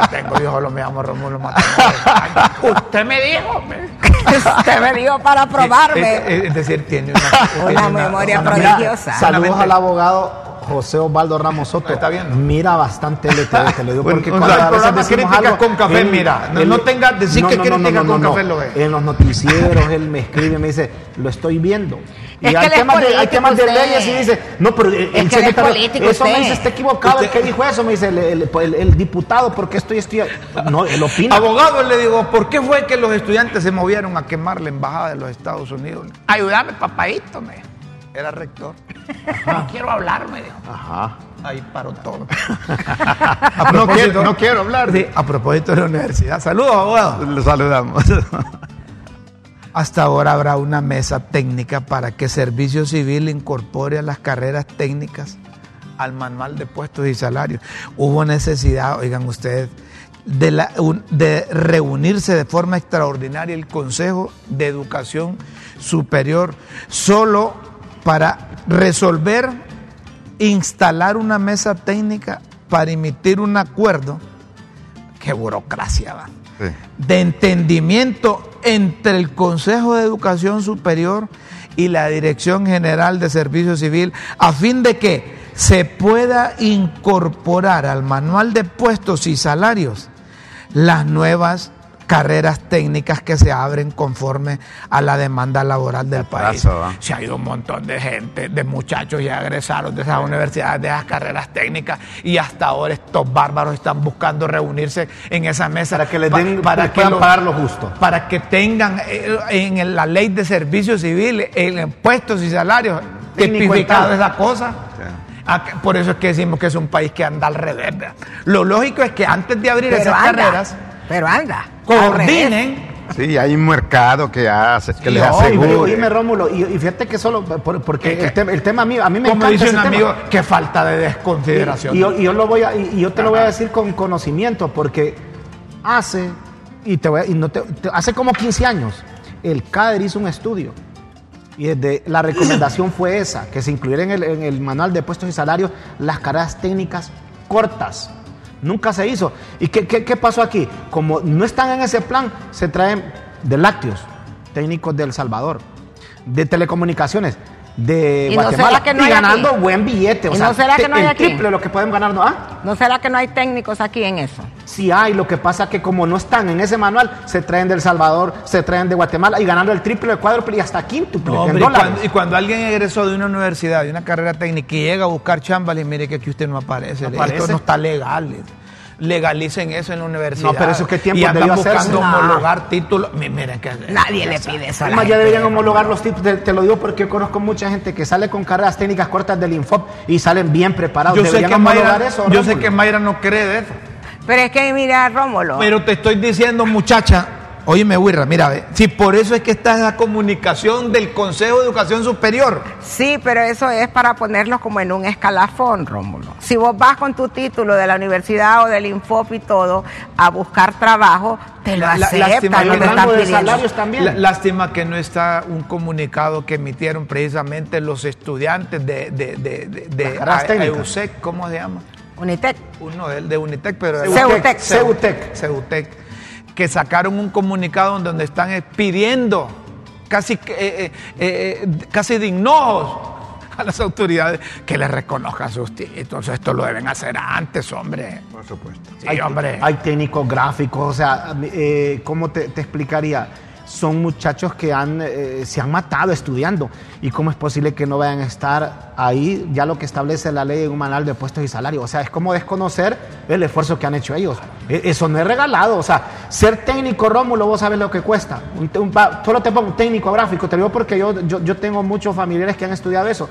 que tengo, yo solo me llamo Rómulo Matamoros. Escaño. Usted me dijo, me-
Usted me dijo para probarme.
Es, es- es decir, tiene una,
Una
tiene
memoria
una-
Mira,
Prodigiosa.
saludos
Solamente-
al abogado José Osvaldo Ramos Soto.
Está viendo.
Mira bastante LTV, te lo digo
Bueno,
porque
o sea,
cuando
el
a veces
programa
decimos
Críticas
algo,
con Café, mira, no- no tengas- decí que Críticas con Café lo ve.
En los noticieros él me escribe, me dice, lo estoy viendo. Y
Es que
hay,
él es
temas de, hay
político
temas de
usted.
leyes y dice, no, pero eh, el
que él es
secretario-
político
eso me
usted.
dice, está equivocado, el
Usted-
que dijo eso, me dice, el, el- el- el diputado, porque estoy, estoy, no, él opina.
Abogado, le digo, ¿por qué fue que los estudiantes se movieron a quemar la embajada de los Estados Unidos? Ayúdame, papadito, me. dijo. Era rector. No quiero hablar, me dijo.
Ajá.
Ahí paró todo.
No quiero- no quiero hablar.
Sí, a propósito de la universidad. Saludos, abogado.
Lo saludamos.
Hasta ahora habrá una mesa técnica para que Servicio Civil incorpore a las carreras técnicas al manual de puestos y salarios. Hubo necesidad, oigan ustedes, de, la- un- de reunirse de forma extraordinaria el Consejo de Educación Superior solo para resolver, instalar una mesa técnica para emitir un acuerdo. ¡Qué burocracia va!
Sí.
de entendimiento entre el Consejo de Educación Superior y la Dirección General de Servicio Civil a fin de que se pueda incorporar al manual de puestos y salarios las nuevas carreras técnicas que se abren conforme a la demanda laboral del país.
Atraso, ¿va?
Se ha ido un montón de gente, de muchachos ya egresaron de esas universidades, de esas carreras técnicas y hasta ahora estos bárbaros están buscando reunirse en esa mesa
Para que les
pa-
den- puedan
los-
pagar lo justo.
Para que tengan eh, en el- la ley de servicio civil, en impuestos y salarios,
Técnico
tipificado
estado.
esa cosa.
Sí.
Ah, que- Por eso es que decimos que es un país que anda al revés. ¿verdad? Lo lógico es que antes de abrir
Pero
esas
anda,
carreras,
Pero anda. Al revés.
coordinen
Sí, hay un mercado que hace, que les
No,
Ay, pero Dime,
asegure.
Rómulo, y, y fíjate que solo, por- porque
¿Qué, qué?
el, tema- el tema mío, a mí me
Eh, Como
encanta
dice
ese
un
tema.
amigo, qué falta de desconsideración.
Y, y yo, y yo lo voy a- y- y yo te lo voy a decir con conocimiento, porque hace, y te voy a- y no te- te- hace como 15 años, el CADER hizo un estudio. Y desde la recomendación fue esa, que se incluyera en el, en el manual de puestos y salarios las carreras técnicas cortas. Nunca se hizo. ¿Y qué, qué- qué pasó aquí? Como no están en ese plan, se traen de lácteos, técnicos de El Salvador, de telecomunicaciones, de
¿Y no será
Guatemala,
que no
y
hay aquí?
ganando buen billete. O
¿Y
sea,
no será que
te-
no hay
el
aquí?
triple de lo que podemos ganar, ¿no? ¿Ah?
¿No será que no hay técnicos aquí en eso?
Sí hay, lo que pasa que como no están en ese manual, se traen de El Salvador, se traen de Guatemala y ganando el triple, el cuádruple y hasta
No,
quíntuple en
hombre, y,
dólares.
cuando, y cuando alguien egresó de una universidad, de una carrera técnica y llega a buscar chamba, le dice, mire que aquí usted no aparece,
No
le-
aparece.
esto no está legal. le dice. legalicen eso en la universidad.
No, pero eso qué tiempo
Y andan
debió hacerse.
buscando
No.
homologar títulos. Mi- Miren que...
Nadie le pide eso. a la
Además, ya
gente.
deberían homologar los tips, te, te lo digo porque yo conozco mucha gente que sale con carreras técnicas cortas del Infop y salen bien preparados.
Yo sé,
deberían
que
homologar
Mayra,
eso.
yo sé
Rómulo.
que Mayra no cree de eso.
Pero es que mira, Rómulo.
Pero te estoy diciendo, muchacha, óyeme, Wirra, mira, ve, si por eso es que está la comunicación del Consejo de Educación Superior.
Sí, pero eso es para ponerlos como en un escalafón, Rómulo. Si vos vas con tu título de la universidad o del Infop y todo a buscar trabajo, te lo
La- la-
aceptan,
lástima
no
que
te
el
están
rango de
pidiendo.
salarios también.
Lá- lástima que no está un comunicado que emitieron precisamente los estudiantes de, de, de, de- de
Las carreras
A-
técnicas.
EUSEC, ¿cómo se llama?
Unitec.
Uno de, de Unitec, pero de
Ceutec.
Ceutec. Ceutec, que sacaron un comunicado en donde están eh, pidiendo casi, que, eh, eh, eh, casi de hinojos a las autoridades que les reconozcan sus títulos. Esto lo deben hacer antes, hombre.
Por supuesto.
Sí, hombre.
Hay técnicos gráficos, o sea, eh, ¿cómo te, te explicaría? Son muchachos que han, eh, se han matado estudiando. ¿Y cómo es posible que no vayan a estar ahí ya lo que establece la ley en un manual de puestos y salarios? O sea, es como desconocer el esfuerzo que han hecho ellos. E- Eso no es regalado. O sea, ser técnico, Rómulo, vos sabés lo que cuesta. Un te- un pa- solo te pongo un técnico gráfico, te lo digo porque yo, yo, yo tengo muchos familiares que han estudiado eso.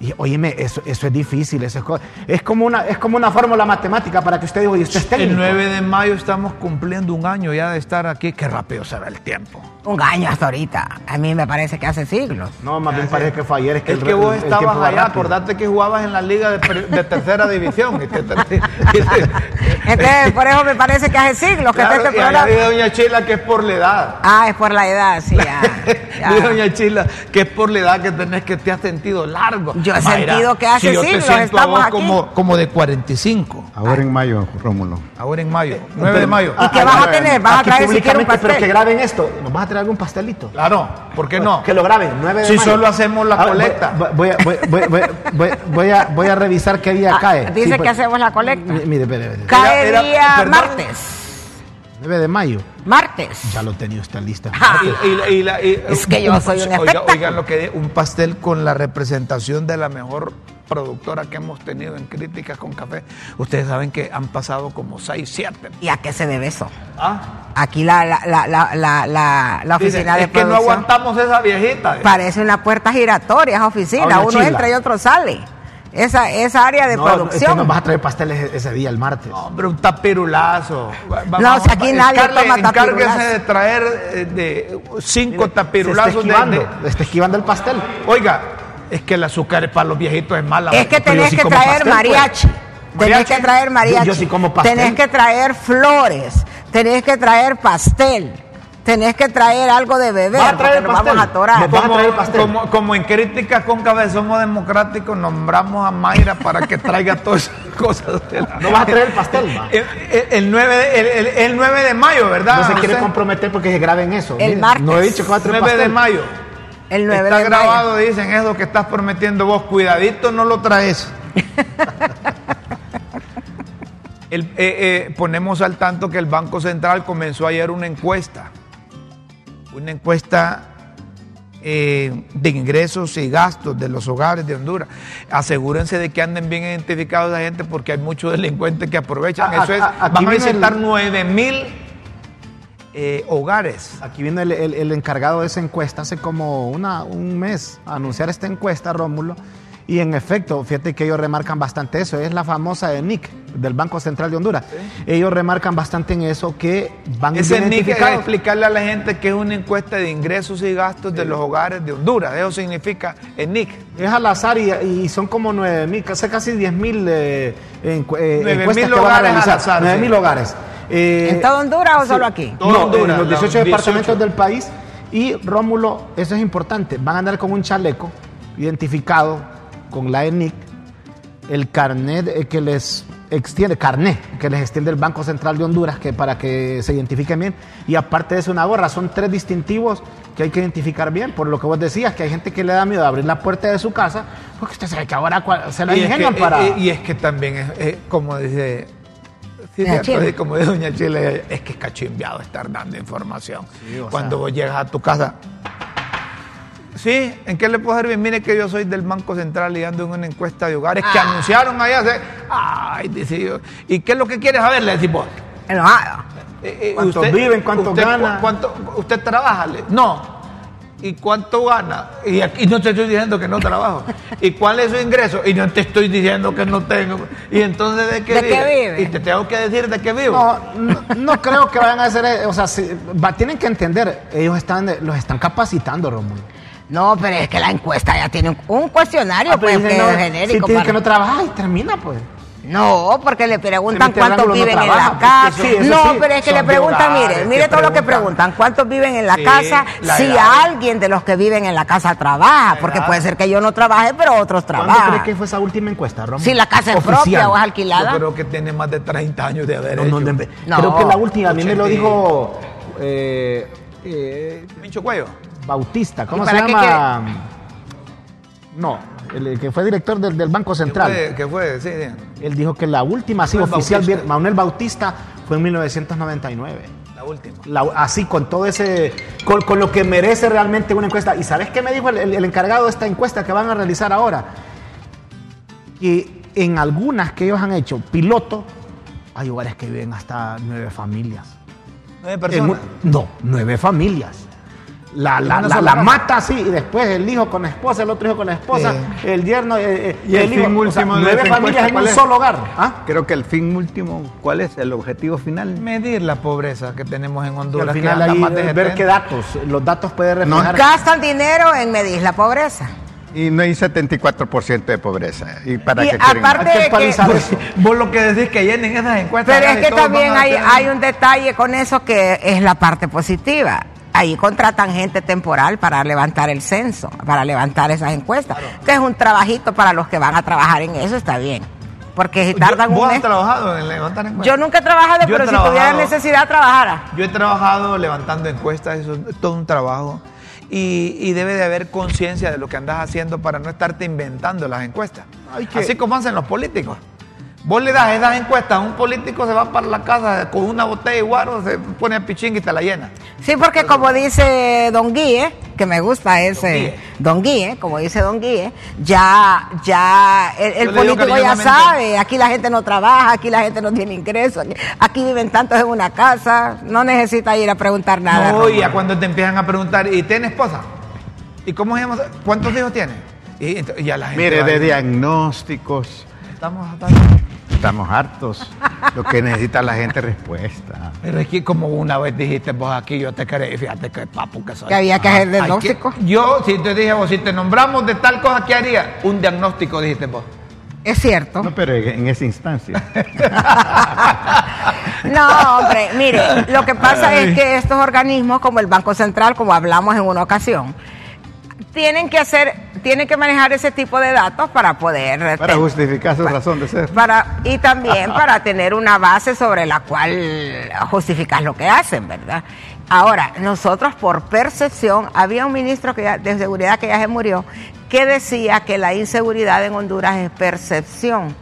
Y, óyeme, eso, eso es difícil, eso es, co- es como una, es como una fórmula matemática para que usted diga, y usted es técnico.
El 9 de mayo estamos cumpliendo un año ya de estar aquí. Qué rápido se va el tiempo.
Un año hasta ahorita. A mí me parece que hace siglos.
No, más
Ah,
bien parece que fue ayer. Es que,
Es
el-
que vos
el- el
estabas
tiempo va
allá,
rápido.
acordate que jugabas en la liga de, pre- de tercera división. y te- te-
Entonces, por eso me parece que hace siglos que está
Claro,
este
y allá
programa.
vive Doña Chila que es por la edad.
Ah, es por la edad, sí, ya. ya.
Dice Doña Chila, que es por la edad que tenés que te has sentido largo.
Yo he sentido que hace
si yo te
siglos
siento a
estamos
vos
aquí.
Como, como de 45,
Ahora en mayo, Rómulo.
ahora en mayo, 9
Ah,
de mayo.
Eh, ¿Y qué vas a
bueno,
tener? ¿Vas a
aquí
traer si quieres un
públicamente,
pastel?
Pero que graben esto. ¿Nos vas a traer algún pastelito?
Claro, ¿por qué no?
Que lo graben, 9 de
Si
mayo.
solo hacemos la
Ah, voy-
colecta.
Voy, a- voy- voy- voy- voy- voy a, voy a revisar qué día
Ah,
cae.
dice que
pues-
hacemos la colecta.
Mi- Mire, espere, espere.
Cae
Era- era-
día
perdón.
martes.
9 de mayo.
Martes.
Ya lo tenía usted listo.
Ja.
Y- y la- y la- y-
Es que yo soy un
oiga,
espectáculo.
oigan lo que di- un pastel con la representación de la mejor productora que hemos tenido en críticas con café. Ustedes saben que han pasado como 6, 7.
¿Y a qué se debe eso?
Ah,
Aquí la, la, la, la, la, la, la
dicen,
oficina de
es que no
producción
aguantamos esa viejita.
parece una puerta giratoria esa oficina.
Doña
Uno
Chila.
entra y otro sale. Esa, esa área de
No, es que
producción.
nos vas a tracer pasteles e-, ese día, el martes.
No, Hombre, un tapirulazo. Va- va-
No,
vamos-
si aquí nadie
Carle,
toma
Encárguese
tapirulazo.
de traer eh, de cinco
Se está
tapirulazos de-
esquivando.
de-
Está esquivando el pastel.
Oiga, es que el azúcar para los viejitos es mala.
es que
Pero yo
tenés
sí
que
como
traer
pastel, pues.
mariachi. Tenés
Mariachi.
que traer mariachi.
Yo- yo sí como pastel.
Tenés que traer flores. Tenés que traer pastel. Tenés que traer algo de beber.
¿Vas a traer
porque nos
pastel?
vamos a atorar.
¿Vas a
Como,
traer pastel?
como- como en críticas con cabeza somos democráticos, nombramos a Mayra para que traiga todas esas cosas. de la-
No vas a traer el pastel, ma.
El, el- el 9 de, el, el- el 9 de mayo, ¿verdad?
No se quiere
José?
comprometer porque se graben eso.
Ah, El
Mire,
martes.
No he dicho que va a traer
9 de
pastel.
mayo.
El 9
Está
de mayo.
grabado, dicen, es lo que estás prometiendo vos. Cuidadito, no lo traes. El- eh, eh, ponemos al tanto que el Banco Central comenzó ayer una encuesta. Una encuesta eh, de ingresos y gastos de los hogares de Honduras. Asegúrense de que anden bien identificados la gente porque hay muchos delincuentes que aprovechan.
A- a-
Eso es,
a- aquí
van a
viene el-
visitar 9 mil eh, hogares.
Aquí viene el, el- el encargado de esa encuesta hace como una, un mes a anunciar esta encuesta, Rómulo. Y en efecto, fíjate que ellos remarcan bastante eso. Es la famosa de NIC, del Banco Central de Honduras. Ellos remarcan bastante en eso que van
Ese
bien
NIC es
identificados.
explicarle a la gente que es una encuesta de ingresos y gastos de los hogares de Honduras. Eso significa el NIC.
Es al azar y, y son como 9 mil, casi, casi 10 mil eh, encu- eh,
9.000
encuestas que
hogares
van a
al
realizar.
azar,
9 mil
sí.
hogares. Eh,
¿En todo Honduras o solo aquí?
Todo
no,
Honduras,
en los
los
18 departamentos
18.
del país. Y Rómulo, eso es importante, van a andar con un chaleco identificado con la E ENIC, el carnet eh, que les extiende, carnet que les extiende el Banco Central de Honduras que para que se identifiquen bien. Y aparte de eso, una gorra, son tres distintivos que hay que identificar bien, por lo que vos decías, que hay gente que le da miedo abrir la puerta de su casa, porque usted sabe que ahora cua- se la
Y es, que, eh,
ingenian para...
y- y es que también es, es como dice. sí, cierto,
Doña Chile.
es como dice Doña Chile, es que es cachimbeado estar dando información.
o
Cuando
sea.
vos llegas a tu casa. Sí, ¿en qué le puedo servir? Mire que yo soy del Banco Central y ando en una encuesta de hogares que anunciaron allá. hace- ah, Ay, dice yo. ¿Y qué es lo que quieres saber? Le decimos.
Enojada.
¿Cuánto viven? ¿Cuánto
Eh, usted,
gana?
cu- cuánto- ¿Usted trabaja? Le- No. ¿Y cuánto gana? Y, aquí no te estoy diciendo que no trabajo. ¿Y cuál es su ingreso? Y no te estoy diciendo que no tengo. ¿Y entonces de qué
¿De
vive?
qué vive?
Y te tengo que decir de qué vivo.
No, no, no creo que vayan a hacer, eh, o sea, sí, va- tienen que entender, ellos están, eh, los están capacitando, Romulo.
No, pero es que la encuesta ya tiene un, un cuestionario,
Ah,
pues,
pero
que
dicen, no,
es genérico.
Si tienen
para-
que no trabajar, y termina, pues.
No, porque le preguntan
Pero este
cuántos
ángulo no
viven en
trabaja,
la casa.
porque sí, eso
no,
sí,
pero es que
son
le preguntan,
hogares,
mire,
te
mire todo lo que
preguntan.
preguntan, cuántos viven en la
Sí,
casa,
la
si
edad.
alguien de los que viven en la casa trabaja, porque puede ser que yo no trabaje, pero otros
¿Cuándo crees
trabajan.
que fue esa última encuesta, Romulo?
Si la casa es
Oficial.
propia o es
Yo
alquilada.
creo que tiene más de 30 años de haber
No, no,
hecho.
no,
No.
Creo que la última, a mí me lo
80.
dijo eh, eh,
Pincho cuello.
Bautista, ¿cómo
¿Y
se
para qué
llama? No, el que fue director del, del Banco
¿Qué
Central.
fue? ¿Qué fue? Sí, sí.
Él dijo que la última así
Manuel
oficial,
Bautista.
bien- Manuel Bautista, fue en 1999.
La última.
La- así, con todo ese. Con, con lo que merece realmente una encuesta. ¿Y sabes qué me dijo el, el- el encargado de esta encuesta que van a realizar ahora? Que en algunas que ellos han hecho, piloto, hay hogares que viven hasta nueve familias.
Nueve personas.
En un- no, nueve familias. La, la,
una
la-
sola
la
casa.
mata así, y después el hijo con la esposa, el otro hijo con la esposa,
Sí.
el yerno, eh, eh,
Y el
hijo.
fin
O sea,
último de
nueve familias
esa encuesta,
en
¿cuál
un
es?
solo hogar. ¿ah?
Creo que el fin último, ¿cuál es el objetivo final?
Medir la pobreza que tenemos en
Y al
Honduras.
final
que anda
ahí
más de
ver
70.
qué datos, los datos pueden reflejar.
Gastan dinero en medir la pobreza.
Y no hay 74% de pobreza. ¿Y para
Y
qué quieren
aparte-
más?
Hay que actualizar
que-
eso.
Pues, Vos lo que decís que llenen esas encuestas.
Pero
¿verdad? Y
es que
todos
también
van a
hay,
tener-
hay un detalle con eso que es la parte positiva. Ahí contratan gente temporal para levantar el censo, para levantar esas encuestas. Que es un trabajito para los que van a trabajar en eso, está bien. Porque si
Yo-
tardan
¿Vos
un
has
mes.
trabajado en levantar encuestas?
Yo nunca he trabajado,
Yo he
pero si
trabajado.
tuviera necesidad, trabajara.
Yo he trabajado levantando encuestas, eso es todo un trabajo. Y, y debe de haber conciencia de lo que andas haciendo para no estarte inventando las encuestas.
Hay que-
Así como hacen los políticos. Vos le das esas encuestas, un político se va para la casa con una botella de guaro, se pone a pichín y te la llena.
Sí, porque como dice Don Guille, que me gusta ese Don Guille,
eh.
como dice Don Guille, ya, ya el, el
Yo le digo
político ya
cariñosamente-
sabe, aquí la gente no trabaja, aquí la gente no tiene ingresos, aquí, aquí viven tantos en una casa, no necesita ir a preguntar nada.
no, y
Romulo.
a cuando te empiezan a preguntar, ¿y tiene esposa? ¿Y cómo se llama? ¿Cuántos hijos tiene? Y, ento- y a la gente
Mire,
va
de
a-
diagnósticos,
Estamos atando.
estamos hartos. Lo que necesita la gente es respuesta.
Pero es que como una vez dijiste vos aquí, yo te quería, y fíjate que papu que soy.
Que había que
Ajá.
hacer
Hay
diagnóstico.
que- Yo, si te dije vos, si te nombramos de tal cosa, ¿qué haría? Un diagnóstico, dijiste vos.
Es cierto.
No, pero en esa instancia.
No, hombre, mire, lo que pasa es que estos organismos, como el Banco Central, como hablamos en una ocasión, tienen que hacer, tienen que manejar ese tipo de datos para poder este,
Para
ten-
justificar su
pa-
razón de ser.
Para, y también para tener una base sobre la cual justificar lo que hacen, ¿verdad? Ahora, nosotros por percepción, había un ministro que ya- de seguridad que ya se murió, que decía que la inseguridad en Honduras es percepción.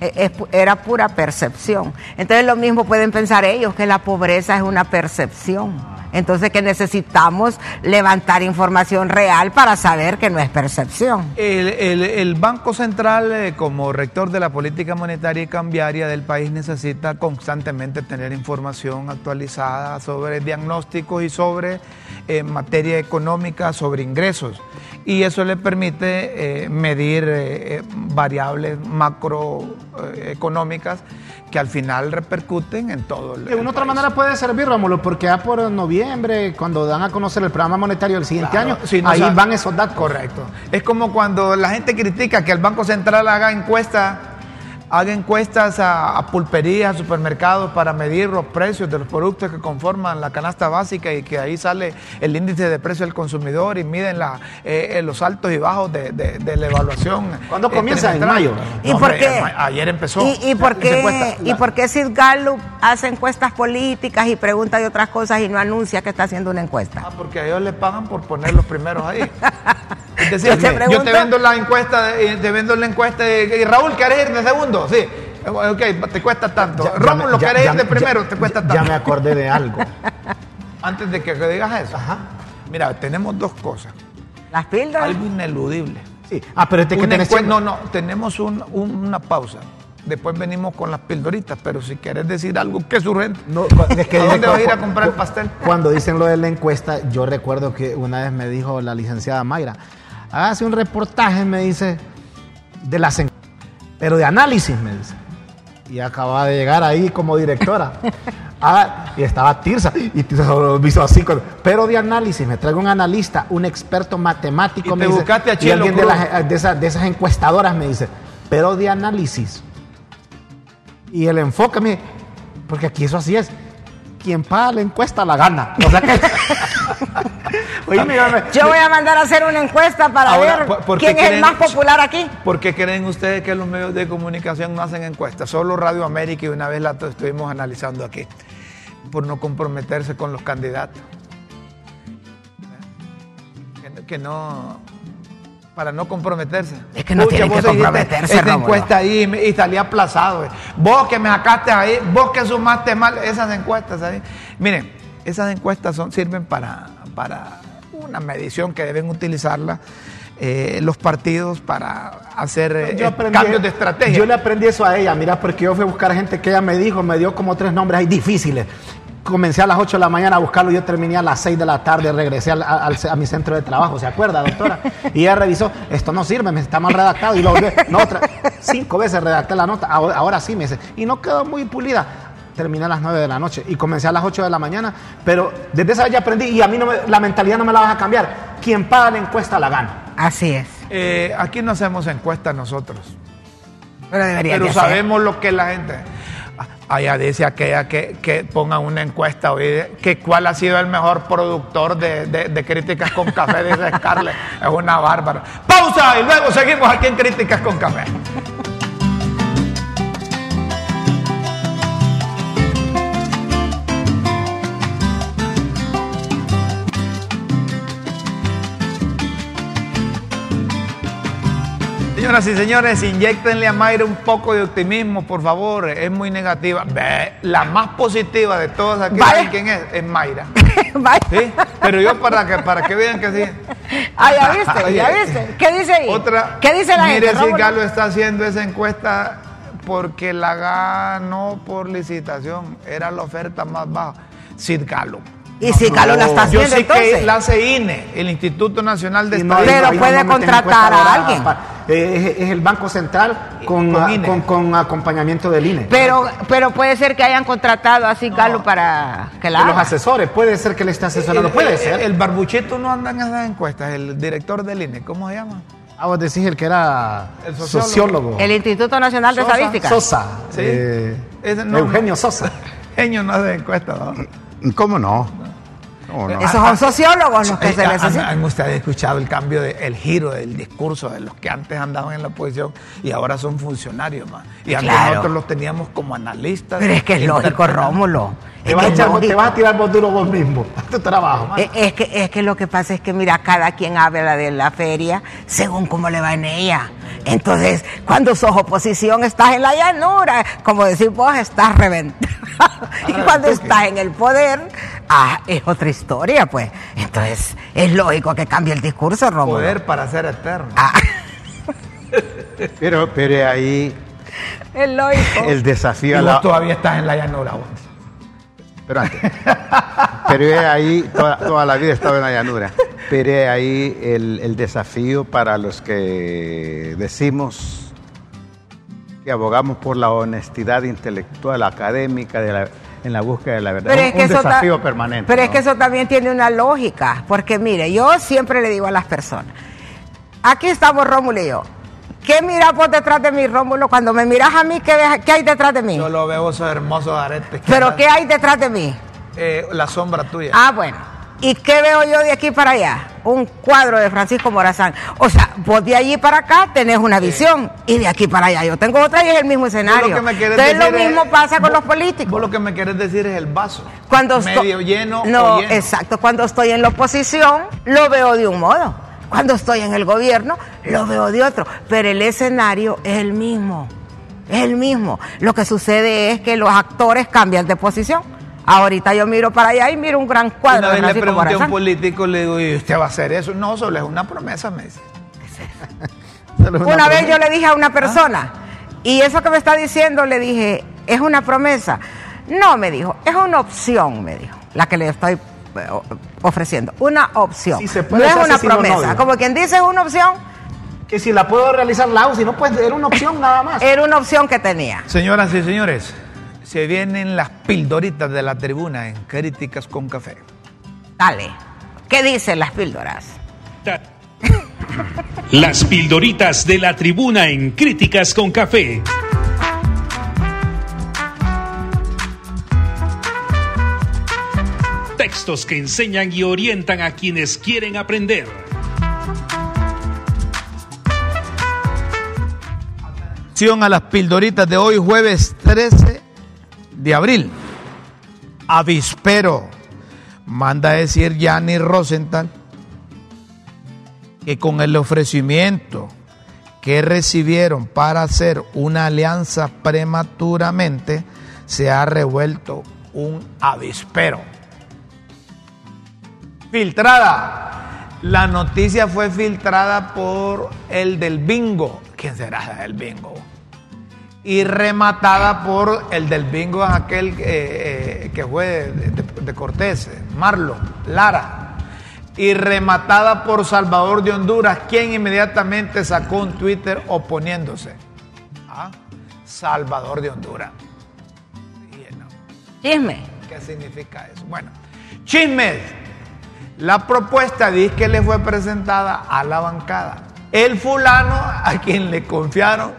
eh, es pu- era pura percepción. Entonces lo mismo pueden pensar ellos, que la pobreza es una percepción. Entonces que necesitamos levantar información real para saber que no es percepción.
El, el- el Banco Central, eh, como rector de la política monetaria y cambiaria del país, necesita constantemente tener información actualizada sobre diagnósticos y sobre eh, materia económica, sobre ingresos. Y eso le permite eh, medir eh, eh, variables macroeconómicas que al final repercuten en todo el
De una otra
país.
manera puede servir, Rómulo, porque ya por noviembre, cuando dan a conocer el programa monetario del siguiente
Claro,
año,
sí, no
ahí
sabe.
van esos datos.
Correcto. Es como cuando la gente critica que el Banco Central haga encuestas, haga encuestas a, a pulperías, a supermercados para medir los precios de los productos que conforman la canasta básica y que ahí sale el índice de precio del consumidor y miden la, eh, eh, los altos y bajos de, de- de la evaluación.
¿Cuándo
eh,
comienza? ¿En
trimestral.
mayo?
¿Y
No,
por
hombre,
qué?
a- Ayer empezó.
¿Y, y por
esa
qué,
encuesta.
¿Y por qué Sid Gallup hace encuestas políticas y pregunta de otras cosas y no anuncia que está haciendo una encuesta?
Ah, porque a ellos les pagan por poner los primeros ahí. Es decir,
Yo te
yo, te
pregunto-
vendo la encuesta, de- eh, te vendo la encuesta de, y Raúl, ¿quieres ir de segundo? Sí. Eh, Ok, te cuesta tanto.
Ya- ya
Rómulo,
me- ya-
¿quieres
ya-
ir de primero?
ya-
te cuesta
ya-
tanto.
Ya me acordé de algo.
Antes de que, que digas eso. Mira, tenemos dos cosas.
Las píldoras.
Algo ineludible.
Sí. Ah, pero este que
Una
Ah. tenés
encue-
siempre-
No, no, tenemos un- un- una pausa. Después venimos con las pildoritas, pero si quieres decir algo que es urgente,
No, cu- es que
¿a
dice
dónde
cu-
vas a ir a
cu-
comprar el
cu-
pastel?
Cuando dicen lo de la encuesta, yo recuerdo que una vez me dijo la licenciada Mayra, hágase un reportaje, me dice, de las encuestas, pero de análisis, me dice. Y acababa de llegar ahí como directora. Ah, y estaba Tirsa, y Tirsa solo hizo así, con- pero de análisis, me traigo un analista, un experto matemático.
Y
me
te
dice,
buscaste a
y
Chelo
alguien de,
Cruz.
las- de esas, de esas encuestadoras me dice, pero de análisis. Y el enfoque, mire, porque aquí eso así es. Quien paga la encuesta la gana. O sea que. Oye, mira, me-
Yo voy a mandar a hacer una encuesta para
Ahora,
ver
¿por- por qué
quién es el
creen-
más popular aquí.
¿Por qué creen ustedes que los medios de comunicación no hacen encuestas? Solo Radio América y una vez la to- estuvimos analizando aquí, por no comprometerse con los candidatos. Que no- Que no, para no comprometerse.
Es que no tienen
vos
que
dijiste,
comprometerse,
Esta
Rómulo.
encuesta ahí y me- y salí aplazado. eh. Vos que me sacaste ahí, vos que sumaste mal, esas encuestas ahí. Miren, esas encuestas son, sirven para, para una medición que deben utilizarla eh, los partidos para hacer eh,
yo aprendí-
cambios de estrategia.
Yo le aprendí eso a ella, mira, porque yo fui a buscar gente que ella me dijo, me dio como tres nombres ahí difíciles. Comencé a las 8 de la mañana a buscarlo, yo terminé a las 6 de la tarde, regresé al- al- al- a mi centro de trabajo, ¿se acuerda, doctora? Y ella revisó, esto no sirve, me está mal redactado. Y lo volví- no, otra, cinco veces redacté la nota, ahora, ahora sí me dice, y no quedó muy pulida. Terminé a las 9 de la noche y comencé a las 8 de la mañana, pero desde esa vez ya aprendí y a mí no me- la mentalidad no me la vas a cambiar. Quien paga la encuesta la gana.
Así es.
Eh, aquí no hacemos encuestas nosotros.
Pero debería
Pero
de hacer.
sabemos lo que es la gente. ah, Allá dice aquella que, que ponga una encuesta hoy de- que cuál ha sido el mejor productor de, de- de Críticas con Café, dice Scarlett. Es una bárbara. Pausa y luego seguimos aquí en Críticas con Café. Señoras y señores, inyectenle a Mayra un poco de optimismo, por favor. Es muy negativa. Ve, La más positiva de todas aquí,
Vaya.
¿saben quién es? Es Mayra.
Vaya.
¿Sí? Pero yo para que, para que vean que sí.
Ah, ya viste, ya
Oye,
viste. ¿Qué dice ahí?
Otra.
¿Qué dice la gente?
Mire si
Rómulo?
Galo está haciendo esa encuesta porque la ganó por licitación. Era la oferta más baja. Sid Galo.
Y si Galo la está
Yo
haciendo
sé
entonces.
que la hace INE, el Instituto Nacional de
Y no-
Estadística.
Pero
y no-
puede
no meten
contratar
encuesta
a
ahora,
alguien.
pa- eh, Es, es el Banco Central con,
Eh, Con
ah,
INE.
con- con acompañamiento del INE.
Pero, pero puede ser que hayan contratado así Galo para que la
De los
haga.
asesores, puede ser que le esté asesorando,
El,
puede
el-
ser.
Eh, el barbuchito no anda en esas encuestas, el director del INE, ¿cómo se llama?
ah, vos decís el que era
El sociólogo.
sociólogo.
El Instituto Nacional de
Sosa,
Estadística.
Sosa.
Sí.
eh,
Ese no-
Eugenio Sosa.
Genio no hace encuestas, ¿no?
¿Cómo no? ¿Cómo no?
Esos son sociólogos los que
Eh,
se
han-
necesitan.
han ustedes escuchado el cambio, de- el giro del discurso de los que antes andaban en la oposición y ahora son funcionarios más? Y antes
Claro.
nosotros los teníamos como analistas.
Pero es que es lógico,
interpretando.
Rómulo.
Te
Es
vas, a
que es
echar- te
lógico.
vas a tirar vos duro vos mismo. a tu trabajo.
Eh, Es que, es que lo que pasa es que, mira, cada quien habla de la feria según cómo le va en ella. Entonces, cuando sos oposición, estás en la llanura. Como decís vos, estás reventado. Y
Ah,
cuando estás en el poder, ah, es otra historia, pues. Entonces, es lógico que cambie el discurso, Rómulo.
Poder para ser eterno.
Ah,
Pero, pero ahí
es lógico.
el
y
desafío a
vos
la,
todavía estás en la llanura. vos.
Pero antes. Pero he ahí, toda, toda la vida he estado en la llanura. Pero he ahí el, el desafío para los que decimos que abogamos por la honestidad intelectual, académica, de la- en la búsqueda de la verdad.
Pero
un
es que
un
eso ta-
desafío permanente.
Pero es
¿no?
que eso también tiene una lógica, porque mire, yo siempre le digo a las personas, aquí estamos Rómulo y yo. ¿Qué miras vos detrás de mí, Rómulo? Cuando me miras a mí, ¿qué, deja- qué hay detrás de mí?
Yo lo veo esos hermosos aretes. que
¿Pero
andan-
qué hay detrás de mí?
Eh, la sombra tuya.
Ah, bueno. ¿Y qué veo yo de aquí para allá? Un cuadro de Francisco Morazán. O sea, vos de allí para acá tenés una visión y de aquí para allá yo tengo otra y es el mismo
Vos
escenario.
querés
Entonces lo
decir es-
mismo pasa con
vos-
los políticos.
Vos lo que me quieres decir es el vaso.
Cuando esto-
Medio lleno
No,
o lleno.
exacto. Cuando estoy en la oposición, lo veo de un modo. Cuando estoy en el gobierno, lo veo de otro. Pero el escenario es el mismo. Es el mismo. Lo que sucede es que los actores cambian de posición. Ahorita yo miro para allá y miro un gran cuadro.
Una
de
vez le
Francisco
pregunté a un
Morazán.
político, le digo, ¿y usted va a hacer eso? No, solo es una promesa, me dice.
Una vez yo le dije a una persona, Y eso que me está diciendo, le dije, es una promesa. No, me dijo, es una opción, me dijo, la que le estoy eh, o- ofreciendo. Una opción.
Si se puede,
no
se
es una
asesino
promesa.
novio.
Como quien dice, es una opción,
Eh,
Que si la puedo realizar, la hago. Si no, pues era una opción nada más.
era una opción que tenía.
Señoras y señores, se vienen las pildoritas de la tribuna en Críticas con Café.
Dale. ¿Qué dicen las píldoras?
Las pildoritas de la tribuna en Críticas con Café. Textos que enseñan y orientan a quienes quieren aprender.
Acción a las pildoritas de hoy, jueves 13 de abril. Avispero. Manda a decir Gianni Rosenthal que con el ofrecimiento que recibieron para hacer una alianza prematuramente, se ha revuelto un avispero. Filtrada. La noticia fue filtrada por el del bingo. ¿Quién será el bingo? Y rematada por el del bingo, aquel eh, eh, que fue de, de- de Cortés, Marlo, Lara. Y rematada por Salvador de Honduras, quien inmediatamente sacó un Twitter oponiéndose. a Salvador de Honduras. Y, no,
Chisme.
¿Qué significa eso? Bueno, chismes. La propuesta dice que le fue presentada a la bancada. El fulano a quien le confiaron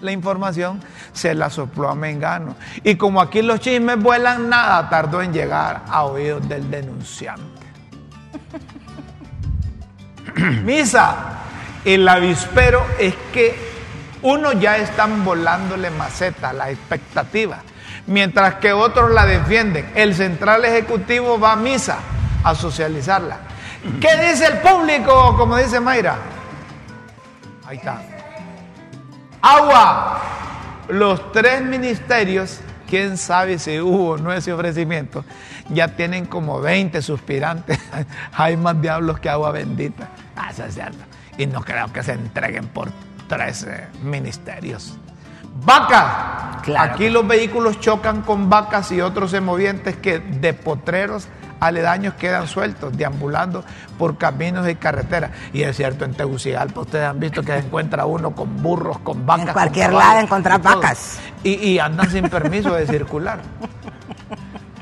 la información se la sopló a Mengano. Y como aquí los chismes vuelan, nada tardó en llegar a oídos del denunciante. Misa, el avispero es que unos ya están volándole maceta, la expectativa, mientras que otros la defienden. El central ejecutivo va a misa a socializarla. ¿Qué dice el público? Como dice Mayra. Ahí está. Agua. Los tres ministerios, quién sabe si hubo o no ese ofrecimiento, ya tienen como 20 suspirantes. Hay más diablos que agua bendita. Ah, eso es cierto. Y no creo que se entreguen por tres eh, ministerios. Vacas.
Claro.
Aquí los vehículos chocan con vacas y otros semovientes que de potreros aledaños quedan sueltos, deambulando por caminos y carreteras. Y es cierto, en Tegucigalpa ustedes han visto que se encuentra uno con burros, con vacas vacas,
En cualquier
con caballos
lado encontrar
y todo.
vacas.
Y, y andan sin permiso de circular.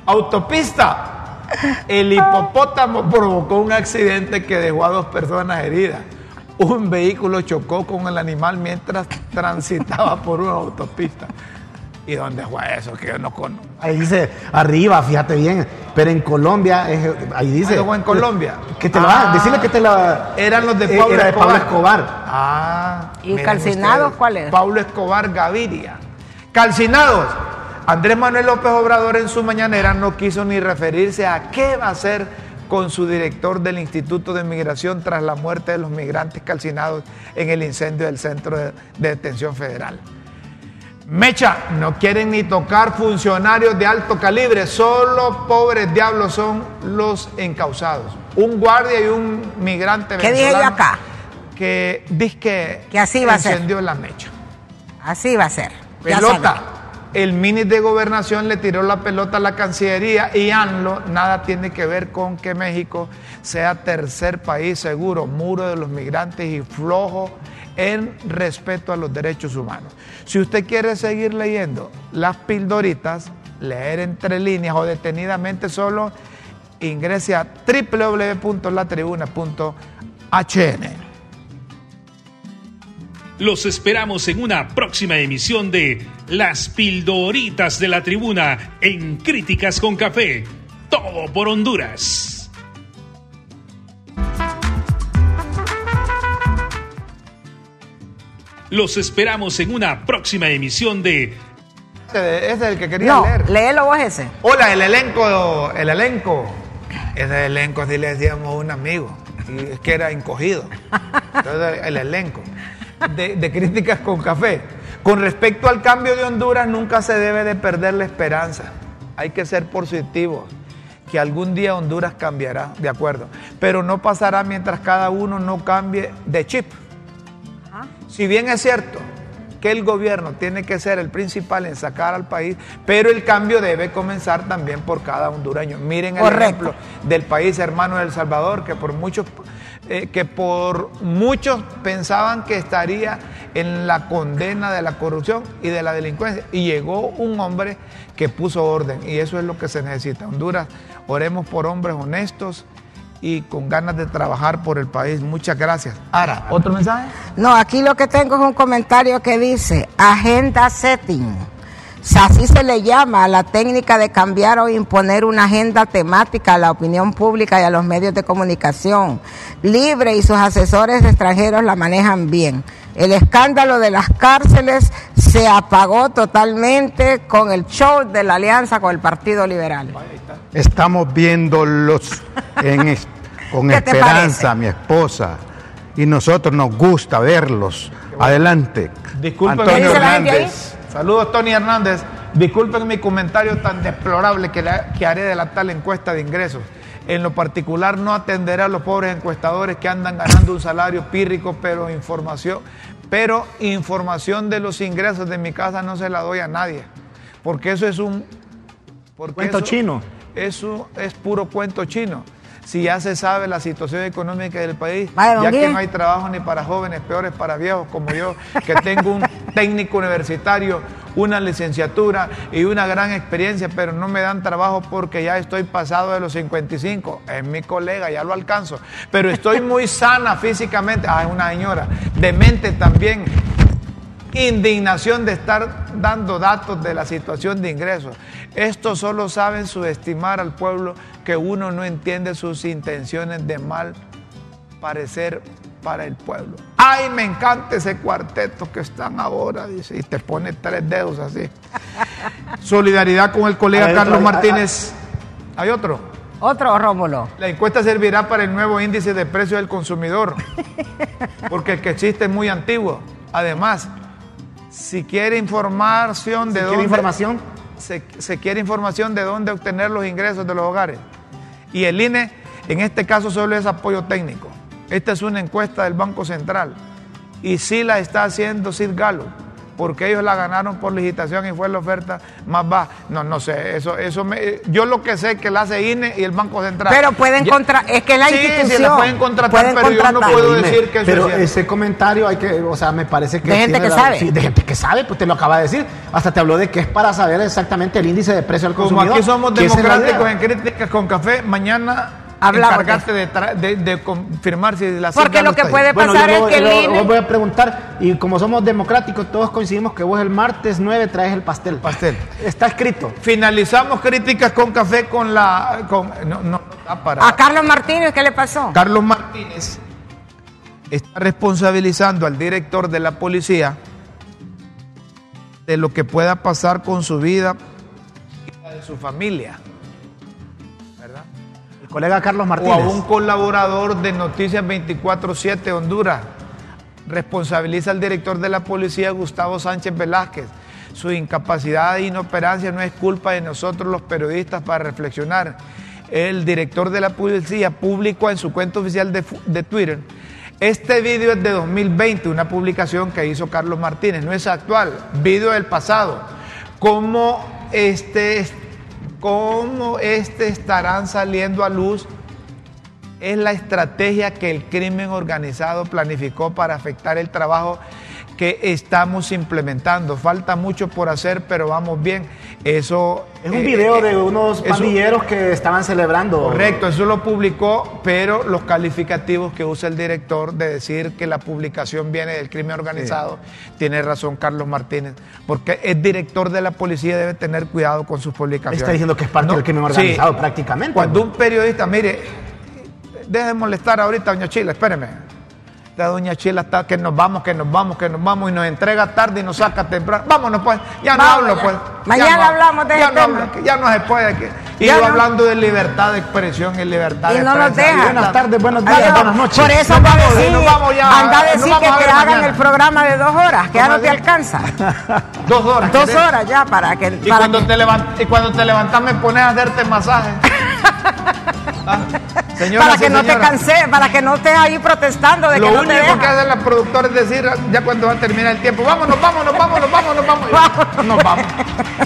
Autopista. El hipopótamo provocó un accidente que dejó a dos personas heridas. Un vehículo chocó con el animal mientras transitaba por una autopista. ¿Y dónde fue eso? Que yo no conozco.
Ahí dice arriba, fíjate bien. Pero en Colombia, es- ahí dice.
Ah, luego en Colombia.
Que te la van,
Ah.
decirle que te la.
Eran los de
eh,
Pablo
era de Pablo
Escobar.
Escobar.
Ah.
¿Y
miren
calcinados
ustedes,
cuál es?
Pablo Escobar Gaviria. Calcinados. Andrés Manuel López Obrador en su mañanera no quiso ni referirse a qué va a hacer con su director del Instituto de Migración tras la muerte de los migrantes calcinados en el incendio del Centro de- de Detención Federal. Mecha, no quieren ni tocar funcionarios de alto calibre, solo pobres diablos son los encausados. Un guardia y un migrante
¿Qué dije yo
venezolano
acá?
Que dice que,
Que así va a ser.
encendió la mecha.
Así va a ser. Ya
Pelota.
saben.
El mini de gobernación le tiró la pelota a la Cancillería y ANLO nada tiene que ver con que México sea tercer país seguro, muro de los migrantes y flojo en respeto a los derechos humanos. Si usted quiere seguir leyendo las pildoritas, leer entre líneas o detenidamente solo, ingrese a www.latribuna.hn.
Los esperamos en una próxima emisión de Las pildoritas de la tribuna en Críticas con Café. Todo por Honduras. Los esperamos en una próxima emisión de
Este es el que quería
No,
leer.
léelo vos ese.
Hola, el elenco, el elenco. Ese elenco así le decíamos a un amigo. Y es que era encogido. Entonces, el elenco. De, de críticas con café. Con respecto al cambio de Honduras, nunca se debe de perder la esperanza. Hay que ser positivos. Que algún día Honduras cambiará, de acuerdo. Pero no pasará mientras cada uno no cambie de chip. Si bien es cierto que el gobierno tiene que ser el principal en sacar al país, pero el cambio debe comenzar también por cada hondureño. Miren el
Correcto.
ejemplo del país hermano de El Salvador, que por muchos eh, que por muchos pensaban que estaría en la condena de la corrupción y de la delincuencia. Y llegó un hombre que puso orden. Y eso es lo que se necesita. Honduras, oremos por hombres honestos y con ganas de trabajar por el país. Muchas gracias. Ara, ¿otro mensaje?
No, aquí lo que tengo es un comentario que dice agenda setting. O sea, Así se le llama a la técnica de cambiar o imponer una agenda temática a la opinión pública y a los medios de comunicación. Libre y sus asesores extranjeros la manejan bien. El escándalo de las cárceles se apagó totalmente con el show de la alianza con el Partido Liberal.
Estamos viéndolos en es- con
¿Qué te
esperanza, mi esposa. Y nosotros nos gusta verlos. Adelante.
Disculpen,
¿Qué
Antonio
dice la gente
Hernández.
Saludos, Tony Hernández. Disculpen mi comentario tan deplorable que, la- que haré de la tal encuesta de ingresos. En lo particular, no atenderé a los pobres encuestadores que andan ganando un salario pírrico, pero información, pero información de los ingresos de mi casa no se la doy a nadie. Porque eso es un. porque
Cuento
eso-
chino.
Eso es puro cuento chino. Si ya se sabe la situación económica del país,
Vaya, don
ya que
Guille.
no hay trabajo ni para jóvenes, peores para viejos como yo, que tengo un técnico universitario, una licenciatura y una gran experiencia, pero no me dan trabajo porque ya estoy pasado de los 55. Es mi colega, ya lo alcanzo. Pero estoy muy sana físicamente. Ah, es una señora. De mente también indignación de estar dando datos de la situación de ingresos. Estos solo saben subestimar al pueblo que uno no entiende sus intenciones de mal parecer para el pueblo. Ay, me encanta ese cuarteto que están ahora, dice, y te pone tres dedos así. Solidaridad con el colega
Hay otro,
Carlos
hay- hay-
Martínez. ¿Hay otro?
Otro Rómulo.
La encuesta servirá para el nuevo índice de precios del consumidor, porque el que existe es muy antiguo. Además, si quiere información de
¿Quiere
dónde
información?
Se, se quiere información de dónde obtener los ingresos de los hogares. Y el INE, en este caso, solo es apoyo técnico. Esta es una encuesta del Banco Central. Y sí la está haciendo Sid Galo, porque ellos la ganaron por licitación y fue la oferta más baja. No, no sé, eso, eso me- yo lo que sé es que la hace INE y el Banco Central.
Pero pueden
Ya-
contra- es que la
Sí, sí, la
institución.
pueden contratar, pero yo no
contratar.
puedo decir que eso
pero
es cierto.
ese comentario hay que, o sea, me parece que
De gente
tiene
que
la-
sabe.
sí, de gente que sabe, pues te lo acaba de decir. Hasta te habló de que es para saber exactamente el índice de precio al
Como
consumidor.
aquí somos
que esa es la
democráticos
idea.
en críticas con café, mañana
Hablamos
encargarte de, tra- de- de confirmar si la
Porque
Sid Galo
lo que
está ahí.
puede
Bueno,
pasar
yo
es
voy-
que el
yo-
INE-
yo voy a preguntar y como somos democráticos todos coincidimos que vos el martes 9 traes el pastel.
Pastel.
Está escrito.
Finalizamos críticas con café con la. Con, no, no, ah, para.
A Carlos Martínez, ¿qué le pasó?
Carlos Martínez está responsabilizando al director de la policía de lo que pueda pasar con su vida y la de su familia. ¿Verdad?
El colega Carlos
o
Martínez.
a un colaborador de Noticias 24-7 Honduras. Responsabiliza al director de la policía, Gustavo Sánchez Velázquez. Su incapacidad e inoperancia no es culpa de nosotros los periodistas para reflexionar. El director de la policía publicó en su cuenta oficial de, fu- de Twitter, este video es de 2020, una publicación que hizo Carlos Martínez, no es actual, video del pasado. ¿Cómo este, cómo este estarán saliendo a luz es la estrategia que el crimen organizado planificó para afectar el trabajo que estamos implementando. Falta mucho por hacer, pero vamos bien. Eso
Es un
eh,
video
eh,
de unos
eso-
pandilleros que estaban celebrando.
Correcto, eso lo publicó, pero los calificativos que usa el director de decir que la publicación viene del crimen organizado, tiene razón Carlos Martínez, porque el director de la policía debe tener cuidado con sus publicaciones.
Está diciendo que es parte del crimen
sí.
organizado prácticamente. pues.
Cuando un periodista, mire, deje de molestar ahorita a Doña Chila, espéreme. La Doña Chila está que nos vamos, que nos vamos, que nos vamos y nos entrega tarde y nos saca temprano. Vámonos pues, ya
Vamos,
no hablo
ya.
pues.
Mañana
Ya no-
hablamos de
ya
ese
no
tema.
hablo, que ya no se puede. que- y
Ya
yo
no.
hablando de libertad de expresión y libertad
Y
de
no nos
prensa.
dejan.
Buenas tardes, buenos días,
Adiós.
buenas noches.
Por eso
Nos
anda a
vamos,
decir,
nos vamos ya.
anda a
Nos
decir
vamos
que
a ver
te hagan
mañana.
el programa de dos horas, que ya no te alcanza.
Dos horas.
Dos
¿querés?
horas ya para que...
Y
para
cuando,
que-
te levan- y cuando te levantas me pones a hacerte masaje. Ah, Señoras
para que
y
no te
señores.
canse, para que no estés ahí protestando de
Lo
que no
único
te dejan.
que hacen las productoras es decir, ya cuando va a terminar el tiempo, vámonos, vámonos, vámonos, vámonos, vámonos.
Vámonos.
Nos vamos.